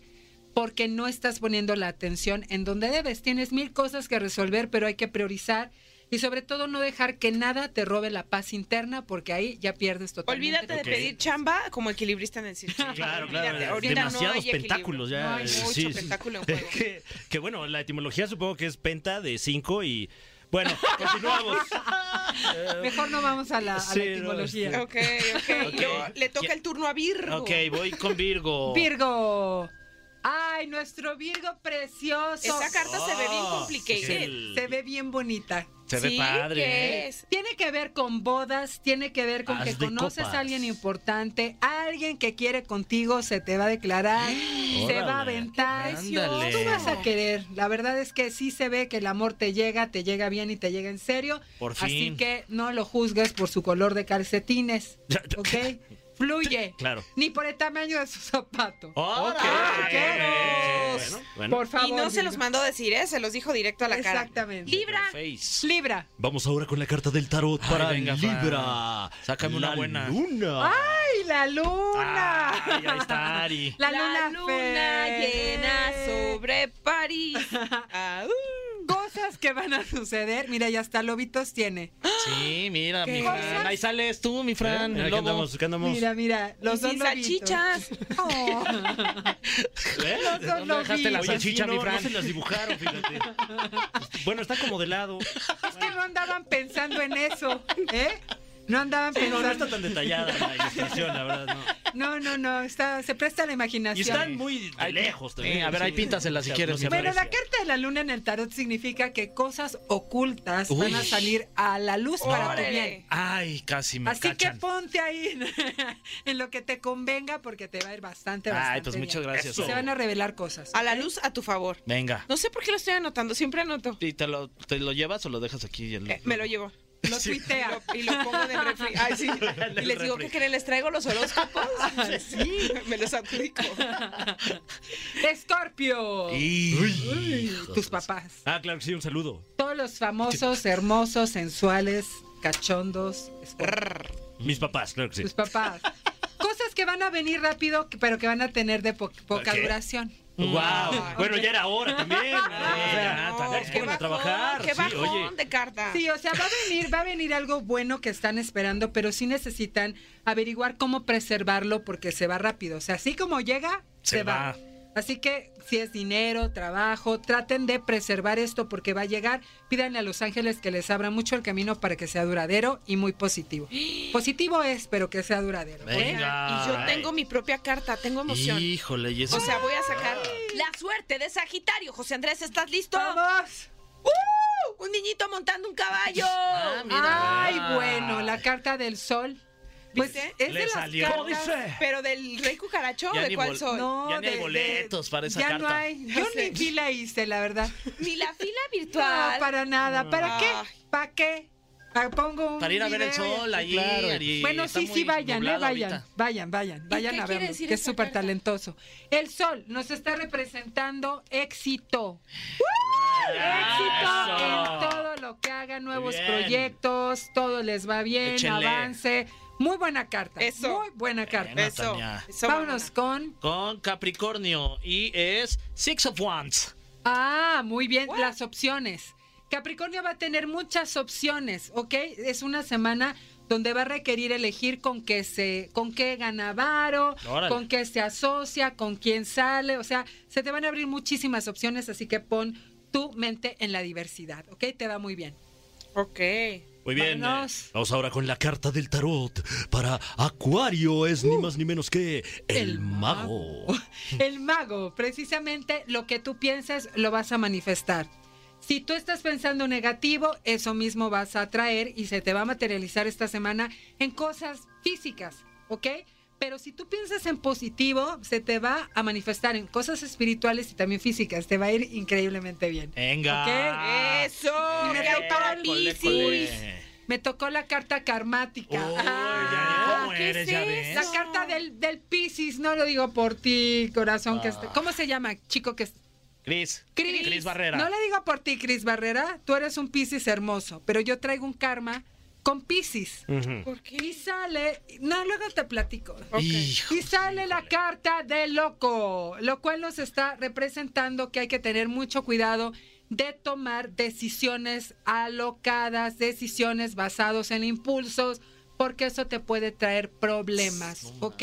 [SPEAKER 9] porque no estás poniendo la atención en donde debes. Tienes mil cosas que resolver, pero hay que priorizar y sobre todo no dejar que nada te robe la paz interna porque ahí ya pierdes totalmente.
[SPEAKER 1] Olvídate
[SPEAKER 9] la
[SPEAKER 1] de
[SPEAKER 8] Ok.
[SPEAKER 1] pedir chamba como equilibrista en el circo.
[SPEAKER 8] Claro,
[SPEAKER 1] Olvídate,
[SPEAKER 8] claro.
[SPEAKER 1] ahorita no
[SPEAKER 8] Demasiados
[SPEAKER 1] hay equilibrio.
[SPEAKER 8] pentáculos ya.
[SPEAKER 1] No hay
[SPEAKER 8] eh,
[SPEAKER 1] mucho
[SPEAKER 8] sí, sí.
[SPEAKER 1] pentáculo en juego.
[SPEAKER 8] Que, que bueno, la etimología supongo que es penta de 5 y. Bueno, continuamos.
[SPEAKER 9] Mejor no vamos a la, a la
[SPEAKER 8] Sí, no,
[SPEAKER 9] etimología.
[SPEAKER 8] este-
[SPEAKER 1] Ok, ok. Y luego le toca el turno a Virgo.
[SPEAKER 3] Ok, voy con
[SPEAKER 8] Oh.
[SPEAKER 3] Virgo.
[SPEAKER 9] Virgo. Ay, nuestro Virgo precioso.
[SPEAKER 1] Esa carta se ve bien
[SPEAKER 8] Es
[SPEAKER 1] complicated.
[SPEAKER 8] el-
[SPEAKER 9] Se ve bien bonita.
[SPEAKER 3] Se ve
[SPEAKER 1] Sí,
[SPEAKER 3] padre.
[SPEAKER 1] ¿qué
[SPEAKER 3] ¿eh?
[SPEAKER 1] es?
[SPEAKER 9] Tiene que ver con bodas, tiene que ver con
[SPEAKER 8] Haz
[SPEAKER 9] que
[SPEAKER 8] de
[SPEAKER 9] conoces
[SPEAKER 8] copas.
[SPEAKER 9] a alguien importante, alguien que quiere contigo se te va a declarar, se va a
[SPEAKER 8] Órale.
[SPEAKER 9] aventar,
[SPEAKER 3] Ándale.
[SPEAKER 9] tú vas a querer. La verdad es que sí se ve que el amor te llega, te llega bien y te llega en serio.
[SPEAKER 3] Por
[SPEAKER 9] Así
[SPEAKER 3] fin.
[SPEAKER 9] que no lo juzgues por su color de calcetines, ¿ok? Fluye.
[SPEAKER 8] Claro.
[SPEAKER 9] Ni por el tamaño de su zapato.
[SPEAKER 8] Oh.
[SPEAKER 3] Ok.
[SPEAKER 9] Ah, ¿qué?
[SPEAKER 8] Bueno, bueno.
[SPEAKER 9] Por favor.
[SPEAKER 1] Y no se los
[SPEAKER 9] Virgo.
[SPEAKER 1] mandó decir, ¿eh? Se los dijo directo a la cara.
[SPEAKER 9] Exactamente.
[SPEAKER 1] Libra.
[SPEAKER 3] Face.
[SPEAKER 9] Libra.
[SPEAKER 8] Vamos ahora con la carta del tarot
[SPEAKER 3] Ay,
[SPEAKER 8] para
[SPEAKER 3] venga, Fran.
[SPEAKER 8] Libra.
[SPEAKER 3] Sácame una
[SPEAKER 8] La
[SPEAKER 3] buena.
[SPEAKER 8] Luna.
[SPEAKER 9] ¡Ay, la luna!
[SPEAKER 3] Ay, ahí está Ari.
[SPEAKER 9] La luna, fe-
[SPEAKER 1] llena sobre París. Ah, uh.
[SPEAKER 9] Cosas que van a suceder. Mira, ya hasta lobitos tiene.
[SPEAKER 3] Sí, mira, mi
[SPEAKER 9] ¿Qué?
[SPEAKER 3] Fran. Ahí sales tú, mi Fran.
[SPEAKER 8] Mira,
[SPEAKER 3] el
[SPEAKER 8] ¿qué
[SPEAKER 3] lobo.
[SPEAKER 8] andamos? ¿Qué andamos?
[SPEAKER 9] Mira, mira,
[SPEAKER 1] Y
[SPEAKER 9] los dos
[SPEAKER 1] sin
[SPEAKER 9] lobitos.
[SPEAKER 1] salchichas.
[SPEAKER 9] Oh.
[SPEAKER 8] ¿Eh?
[SPEAKER 9] Los dos
[SPEAKER 3] ¿Dónde dejaste la
[SPEAKER 9] lobitos.
[SPEAKER 8] Oye,
[SPEAKER 3] salchicha,
[SPEAKER 8] sí,
[SPEAKER 3] mi
[SPEAKER 8] no,
[SPEAKER 3] Fran?
[SPEAKER 8] no se las dibujaron, fíjate. bueno, está como de lado.
[SPEAKER 9] Es que no andaban pensando en eso, ¿eh? No andaban
[SPEAKER 8] No, no
[SPEAKER 9] pensando.
[SPEAKER 8] está tan detallada la ilustración, la verdad, no.
[SPEAKER 9] No, no, no. Está, se presta la
[SPEAKER 8] Y
[SPEAKER 9] imaginación.
[SPEAKER 8] están muy de lejos también.
[SPEAKER 3] Sí, a ver, ahí píntasela si
[SPEAKER 8] O sea,
[SPEAKER 3] quieres,
[SPEAKER 8] no
[SPEAKER 3] mi
[SPEAKER 8] se
[SPEAKER 9] Bueno, la
[SPEAKER 8] aprecia.
[SPEAKER 9] carta de la luna en el tarot significa que cosas ocultas van a
[SPEAKER 3] Uy.
[SPEAKER 9] salir a la luz para tu
[SPEAKER 1] Órale.
[SPEAKER 9] bien.
[SPEAKER 3] Ay, casi me
[SPEAKER 9] Así que
[SPEAKER 3] cachan.
[SPEAKER 9] ponte ahí en, en lo que te convenga porque te va a ir bastante, bastante
[SPEAKER 3] Ay, pues muchas
[SPEAKER 9] bien.
[SPEAKER 3] gracias.
[SPEAKER 9] Se van a revelar cosas.
[SPEAKER 1] A la luz, a tu favor.
[SPEAKER 3] Venga.
[SPEAKER 1] No sé por qué lo estoy anotando, siempre anoto.
[SPEAKER 3] ¿Y te lo, te lo llevas o lo dejas aquí? y el-
[SPEAKER 1] Eh, me lo llevo.
[SPEAKER 9] Lo tuitea.
[SPEAKER 1] Y lo pongo en el refri. Ay, sí. Y les digo que creen, les traigo los horóscopos. Sí. Me los adjudico.
[SPEAKER 9] Escorpio.
[SPEAKER 3] Y-
[SPEAKER 9] Tus papás.
[SPEAKER 8] Ah, claro que sí, un saludo.
[SPEAKER 9] Todos los famosos, hermosos, sensuales, cachondos. Escorpio.
[SPEAKER 8] Mis papás, claro que sí.
[SPEAKER 9] tus papás. Cosas que van a venir rápido, que- pero que van a tener de po- poca
[SPEAKER 8] Ok.
[SPEAKER 9] duración.
[SPEAKER 8] Wow. Bueno, ya era hora también.
[SPEAKER 1] Ah, No,
[SPEAKER 8] también
[SPEAKER 1] qué
[SPEAKER 8] se ponen
[SPEAKER 1] bajón,
[SPEAKER 8] a trabajar.
[SPEAKER 1] Qué
[SPEAKER 8] sí,
[SPEAKER 1] bajón
[SPEAKER 8] oye.
[SPEAKER 1] de carta.
[SPEAKER 9] Sí, o sea, va a venir, va a venir algo bueno que están esperando, pero sí necesitan averiguar cómo preservarlo porque se va rápido. O sea, así como llega, se,
[SPEAKER 8] Se
[SPEAKER 9] va.
[SPEAKER 8] va.
[SPEAKER 9] Así que si es dinero, trabajo, traten de preservar esto porque va a llegar. Pídanle a los ángeles que les abra mucho el camino para que sea duradero y muy positivo. Positivo es, pero que sea duradero.
[SPEAKER 8] Venga.
[SPEAKER 1] Oigan, ¿eh? Y yo tengo mi propia carta, tengo emoción.
[SPEAKER 8] Híjole, y eso.
[SPEAKER 1] O sea, voy a sacar la suerte de Sagitario. José Andrés, ¿estás listo?
[SPEAKER 9] ¡Vamos!
[SPEAKER 1] ¡Uh! Un niñito montando un caballo.
[SPEAKER 9] Ay, bueno, la carta del sol. Pues
[SPEAKER 1] ¿Viste?
[SPEAKER 9] es
[SPEAKER 3] Le
[SPEAKER 9] de las
[SPEAKER 3] salió.
[SPEAKER 9] cartas-
[SPEAKER 1] ¿Pero del rey cucaracho o
[SPEAKER 3] Ya
[SPEAKER 1] de
[SPEAKER 3] ni
[SPEAKER 1] cuál
[SPEAKER 3] vol-
[SPEAKER 1] soy?
[SPEAKER 9] No,
[SPEAKER 3] Ya ni hay
[SPEAKER 9] de-
[SPEAKER 3] boletos
[SPEAKER 9] de-
[SPEAKER 3] para esa
[SPEAKER 9] ya
[SPEAKER 3] carta.
[SPEAKER 9] No hay. Yo
[SPEAKER 1] sé.
[SPEAKER 9] ni fila hice, la verdad.
[SPEAKER 1] Ni la fila
[SPEAKER 9] No,
[SPEAKER 1] virtual.
[SPEAKER 9] para nada. ¿Para qué?
[SPEAKER 1] Ay.
[SPEAKER 9] ¿Para qué? Ah, Pongo un
[SPEAKER 3] Para ir a ver el
[SPEAKER 9] video y-
[SPEAKER 3] sol ahí. Ari,
[SPEAKER 9] Bueno,
[SPEAKER 3] está
[SPEAKER 9] sí,
[SPEAKER 3] muy
[SPEAKER 9] sí, vayan, eh,
[SPEAKER 3] nublado
[SPEAKER 9] vayan,
[SPEAKER 3] ahorita.
[SPEAKER 9] vayan, vayan, vayan
[SPEAKER 1] qué
[SPEAKER 9] a
[SPEAKER 1] quiere
[SPEAKER 9] verlo,
[SPEAKER 1] decir
[SPEAKER 9] que es
[SPEAKER 1] esta
[SPEAKER 9] súper
[SPEAKER 1] carta?
[SPEAKER 9] talentoso. El sol nos está representando éxito. Éxito en
[SPEAKER 3] ¡Ah, Eso.
[SPEAKER 9] todo lo que hagan, nuevos
[SPEAKER 3] bien.
[SPEAKER 9] proyectos, todo les va bien,
[SPEAKER 3] Échenle.
[SPEAKER 9] avance. Muy buena carta.
[SPEAKER 1] Eso.
[SPEAKER 9] Muy buena carta.
[SPEAKER 3] Bueno,
[SPEAKER 1] Eso.
[SPEAKER 3] Tania.
[SPEAKER 1] eso,
[SPEAKER 9] Vámonos
[SPEAKER 1] mamona.
[SPEAKER 9] con.
[SPEAKER 3] Con Capricornio y es Six of Wands.
[SPEAKER 9] Ah, muy bien,
[SPEAKER 1] What?
[SPEAKER 9] las opciones. Capricornio va a tener muchas opciones, ¿ok? Es una semana donde va a requerir elegir con qué se, con qué gana varo,
[SPEAKER 3] Órale.
[SPEAKER 9] con qué se asocia, con quién sale, o sea, se te van a abrir muchísimas opciones, así que pon tu mente en la diversidad, ¿ok? Te va muy bien.
[SPEAKER 1] Ok.
[SPEAKER 8] Muy bien. eh,
[SPEAKER 9] Vámonos.
[SPEAKER 8] vamos ahora con la carta del tarot. Para Acuario es ni más ni menos que el, mago.
[SPEAKER 9] El mago, precisamente lo que tú pienses lo vas a manifestar. Si tú estás pensando negativo, eso mismo vas a atraer y se te va a materializar esta semana en cosas físicas, ¿ok? Pero si tú piensas en positivo, se te va a manifestar en cosas espirituales y también físicas. Te va a ir increíblemente bien.
[SPEAKER 3] Venga.
[SPEAKER 9] Ok.
[SPEAKER 1] Eso.
[SPEAKER 9] Me
[SPEAKER 1] que hay
[SPEAKER 9] tocó
[SPEAKER 1] para
[SPEAKER 9] el
[SPEAKER 1] Piscis.
[SPEAKER 9] Me tocó la carta karmática.
[SPEAKER 3] Uy,
[SPEAKER 9] Ah.
[SPEAKER 3] ya, ¿cómo
[SPEAKER 1] ¿qué
[SPEAKER 3] eres?
[SPEAKER 1] es
[SPEAKER 3] ya
[SPEAKER 1] eso?
[SPEAKER 3] ves.
[SPEAKER 9] La carta del, del Piscis, no lo digo por ti, corazón que está- ¿Cómo se llama, chico que es-
[SPEAKER 3] Cris.
[SPEAKER 9] Cris,
[SPEAKER 3] Cris Barrera.
[SPEAKER 9] No le digo por ti, Cris Barrera. Tú eres un Piscis hermoso, pero yo traigo un karma con Piscis.
[SPEAKER 3] Mm.
[SPEAKER 1] ¿Por qué?
[SPEAKER 9] Y sale. No, luego te platico.
[SPEAKER 1] Ok.
[SPEAKER 9] Y sale la carta del loco, lo cual nos está representando que hay que tener mucho cuidado de tomar decisiones alocadas, decisiones basadas en impulsos, porque eso te puede traer problemas, ¿ok?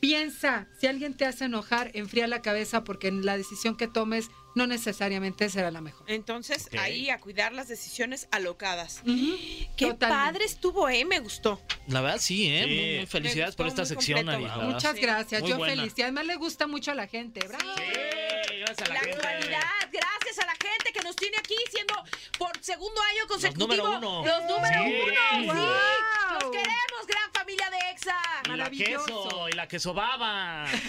[SPEAKER 9] Piensa, si alguien te hace enojar, enfría la cabeza porque la decisión que tomes no necesariamente será la mejor.
[SPEAKER 1] Entonces, ahí a cuidar las decisiones alocadas. Qué
[SPEAKER 9] Totalmente.
[SPEAKER 1] padre estuvo, ¿eh? Me gustó.
[SPEAKER 3] La verdad, sí, ¿eh?
[SPEAKER 8] Sí.
[SPEAKER 3] Muy- muy felicidades por
[SPEAKER 1] Me
[SPEAKER 3] esta
[SPEAKER 1] gustó, muy
[SPEAKER 3] sección, Ari.
[SPEAKER 1] completo.
[SPEAKER 3] la verdad.
[SPEAKER 9] Muchas gracias,
[SPEAKER 3] Muy
[SPEAKER 9] yo
[SPEAKER 3] buena.
[SPEAKER 9] feliz. Y además le gusta mucho a la gente, ¿verdad?
[SPEAKER 3] Sí, gracias a
[SPEAKER 1] La
[SPEAKER 3] la, gente.
[SPEAKER 1] actualidad, gracias a la gente que nos tiene aquí siendo por segundo año consecutivo
[SPEAKER 3] número uno.
[SPEAKER 1] los número
[SPEAKER 3] Sí.
[SPEAKER 1] uno, sí.
[SPEAKER 9] Wow.
[SPEAKER 1] Los queremos, gran familia de EXA.
[SPEAKER 3] Y la
[SPEAKER 9] Maravilloso.
[SPEAKER 3] queso, y la queso baba.
[SPEAKER 8] ¿Eh?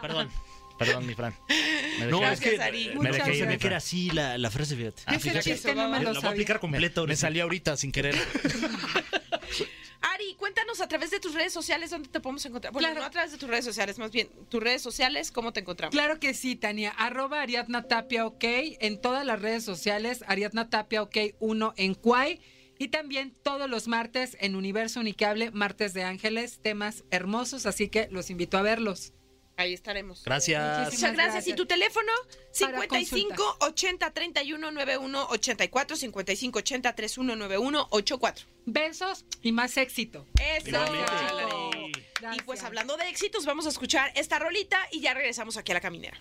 [SPEAKER 3] Perdón, perdón, mi Fran. Me
[SPEAKER 8] No,
[SPEAKER 3] dejé-
[SPEAKER 8] es que
[SPEAKER 1] Gracias, Ari.
[SPEAKER 8] me
[SPEAKER 9] Muchas
[SPEAKER 8] dejé, me
[SPEAKER 9] gracias.
[SPEAKER 8] que era así la, la frase, fíjate.
[SPEAKER 3] Ah,
[SPEAKER 9] Ese
[SPEAKER 3] fíjate.
[SPEAKER 9] chiste no me
[SPEAKER 3] Lo
[SPEAKER 9] lo
[SPEAKER 3] voy a
[SPEAKER 9] sabía.
[SPEAKER 3] aplicar
[SPEAKER 8] completo.
[SPEAKER 3] Me salí ahorita sin querer.
[SPEAKER 1] Ari, cuéntanos a través de tus redes sociales dónde te podemos encontrar. Bueno,
[SPEAKER 9] Claro.
[SPEAKER 1] no a través de tus redes sociales, más bien tus redes sociales, ¿cómo te encontramos?
[SPEAKER 9] Claro que sí, Tania. Arroba Ariadna Tapia OK en todas las redes sociales. Ariadna Tapia OK 1 en Cuay. Y también todos los martes en Universo Unicable, Martes de Ángeles, temas hermosos, así que los invito a verlos.
[SPEAKER 1] Ahí estaremos.
[SPEAKER 3] Gracias.
[SPEAKER 9] Muchísimas
[SPEAKER 1] Muchas gracias. ¿Y tu teléfono?
[SPEAKER 9] Para
[SPEAKER 1] 55 80 31 91 84 55 80 31 91 84.
[SPEAKER 9] Besos y más éxito.
[SPEAKER 1] Eso.
[SPEAKER 9] Igualmente.
[SPEAKER 1] chicos. Y
[SPEAKER 9] Gracias.
[SPEAKER 1] pues hablando de éxitos, vamos a escuchar esta rolita y ya regresamos aquí a la caminera.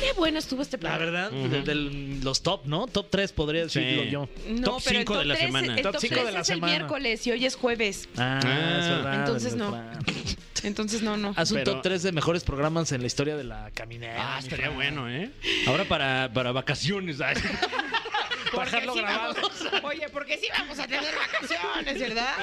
[SPEAKER 6] Qué bueno estuvo este
[SPEAKER 3] La
[SPEAKER 6] plan.
[SPEAKER 3] verdad, de, de los top, ¿no? Top 3 podría
[SPEAKER 8] Sí.
[SPEAKER 3] decirlo yo.
[SPEAKER 6] No,
[SPEAKER 8] Top
[SPEAKER 6] pero el
[SPEAKER 8] cinco de
[SPEAKER 6] top
[SPEAKER 8] la
[SPEAKER 6] tres-
[SPEAKER 8] semana.
[SPEAKER 6] El
[SPEAKER 3] Top
[SPEAKER 6] top,
[SPEAKER 3] cinco
[SPEAKER 6] 3
[SPEAKER 3] de la
[SPEAKER 6] es
[SPEAKER 3] semana.
[SPEAKER 6] el miércoles y hoy es jueves.
[SPEAKER 3] Ah,
[SPEAKER 8] Ah,
[SPEAKER 3] es verdad.
[SPEAKER 6] entonces no.
[SPEAKER 3] Fran.
[SPEAKER 6] Entonces, no, no.
[SPEAKER 3] Haz un
[SPEAKER 8] Pero-
[SPEAKER 3] top 3 de mejores programas en la historia de la caminera.
[SPEAKER 8] Ah,
[SPEAKER 3] mi
[SPEAKER 8] estaría
[SPEAKER 3] Fran.
[SPEAKER 8] bueno, ¿eh? Ahora para, para vacaciones. ay.
[SPEAKER 3] Bajarlo
[SPEAKER 6] Porque sí
[SPEAKER 3] grabado.
[SPEAKER 6] vamos- oye, porque sí vamos a tener vacaciones, ¿verdad?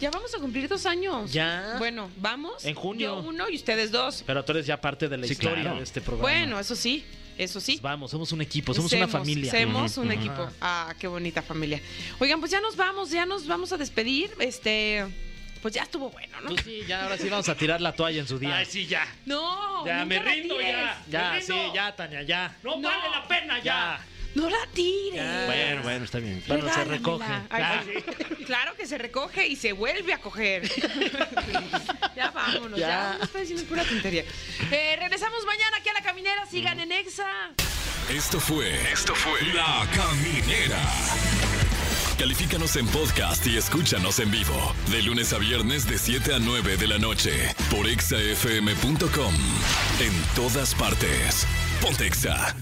[SPEAKER 6] Ya vamos a cumplir dos años.
[SPEAKER 3] Ya.
[SPEAKER 6] Bueno, vamos.
[SPEAKER 3] En junio.
[SPEAKER 6] Yo uno y ustedes dos.
[SPEAKER 3] Pero tú eres ya parte de la
[SPEAKER 8] Sí,
[SPEAKER 3] historia
[SPEAKER 8] claro.
[SPEAKER 3] de este programa.
[SPEAKER 6] Bueno, eso sí, eso sí.
[SPEAKER 3] Pues vamos, somos un equipo, somos una familia.
[SPEAKER 6] Somos un
[SPEAKER 3] Ujú.
[SPEAKER 6] equipo.
[SPEAKER 3] Ajá.
[SPEAKER 6] Ah, qué bonita familia. Oigan, pues ya nos vamos, ya nos vamos a despedir. Este, pues ya estuvo bueno, ¿no?
[SPEAKER 3] Pues sí, ya ahora sí vamos a tirar la toalla en su día.
[SPEAKER 8] Ay, sí, ya.
[SPEAKER 6] No,
[SPEAKER 8] Ya,
[SPEAKER 6] nunca
[SPEAKER 8] me
[SPEAKER 6] la
[SPEAKER 8] rindo
[SPEAKER 6] tires.
[SPEAKER 8] ya.
[SPEAKER 3] ya,
[SPEAKER 8] me
[SPEAKER 3] sí,
[SPEAKER 8] rindo.
[SPEAKER 3] ya, Tania, ya.
[SPEAKER 8] No, vale la pena ya.
[SPEAKER 3] Ya.
[SPEAKER 9] No la tires.
[SPEAKER 1] Bueno, bueno, está bien.
[SPEAKER 3] Bueno, se
[SPEAKER 9] Regálamela.
[SPEAKER 3] recoge.
[SPEAKER 9] Ay, sí. Claro que se recoge y se vuelve a coger. ya vámonos, ya.
[SPEAKER 3] Ya.
[SPEAKER 9] No estoy diciendo pura tontería. Eh, regresamos mañana aquí a la caminera. Sigan en Exa.
[SPEAKER 10] Esto fue. Esto fue. La Caminera. Califícanos en podcast y escúchanos en vivo. De lunes a viernes, de 7 a 9 de la noche. Por exafm.com. En todas partes. Pontexa.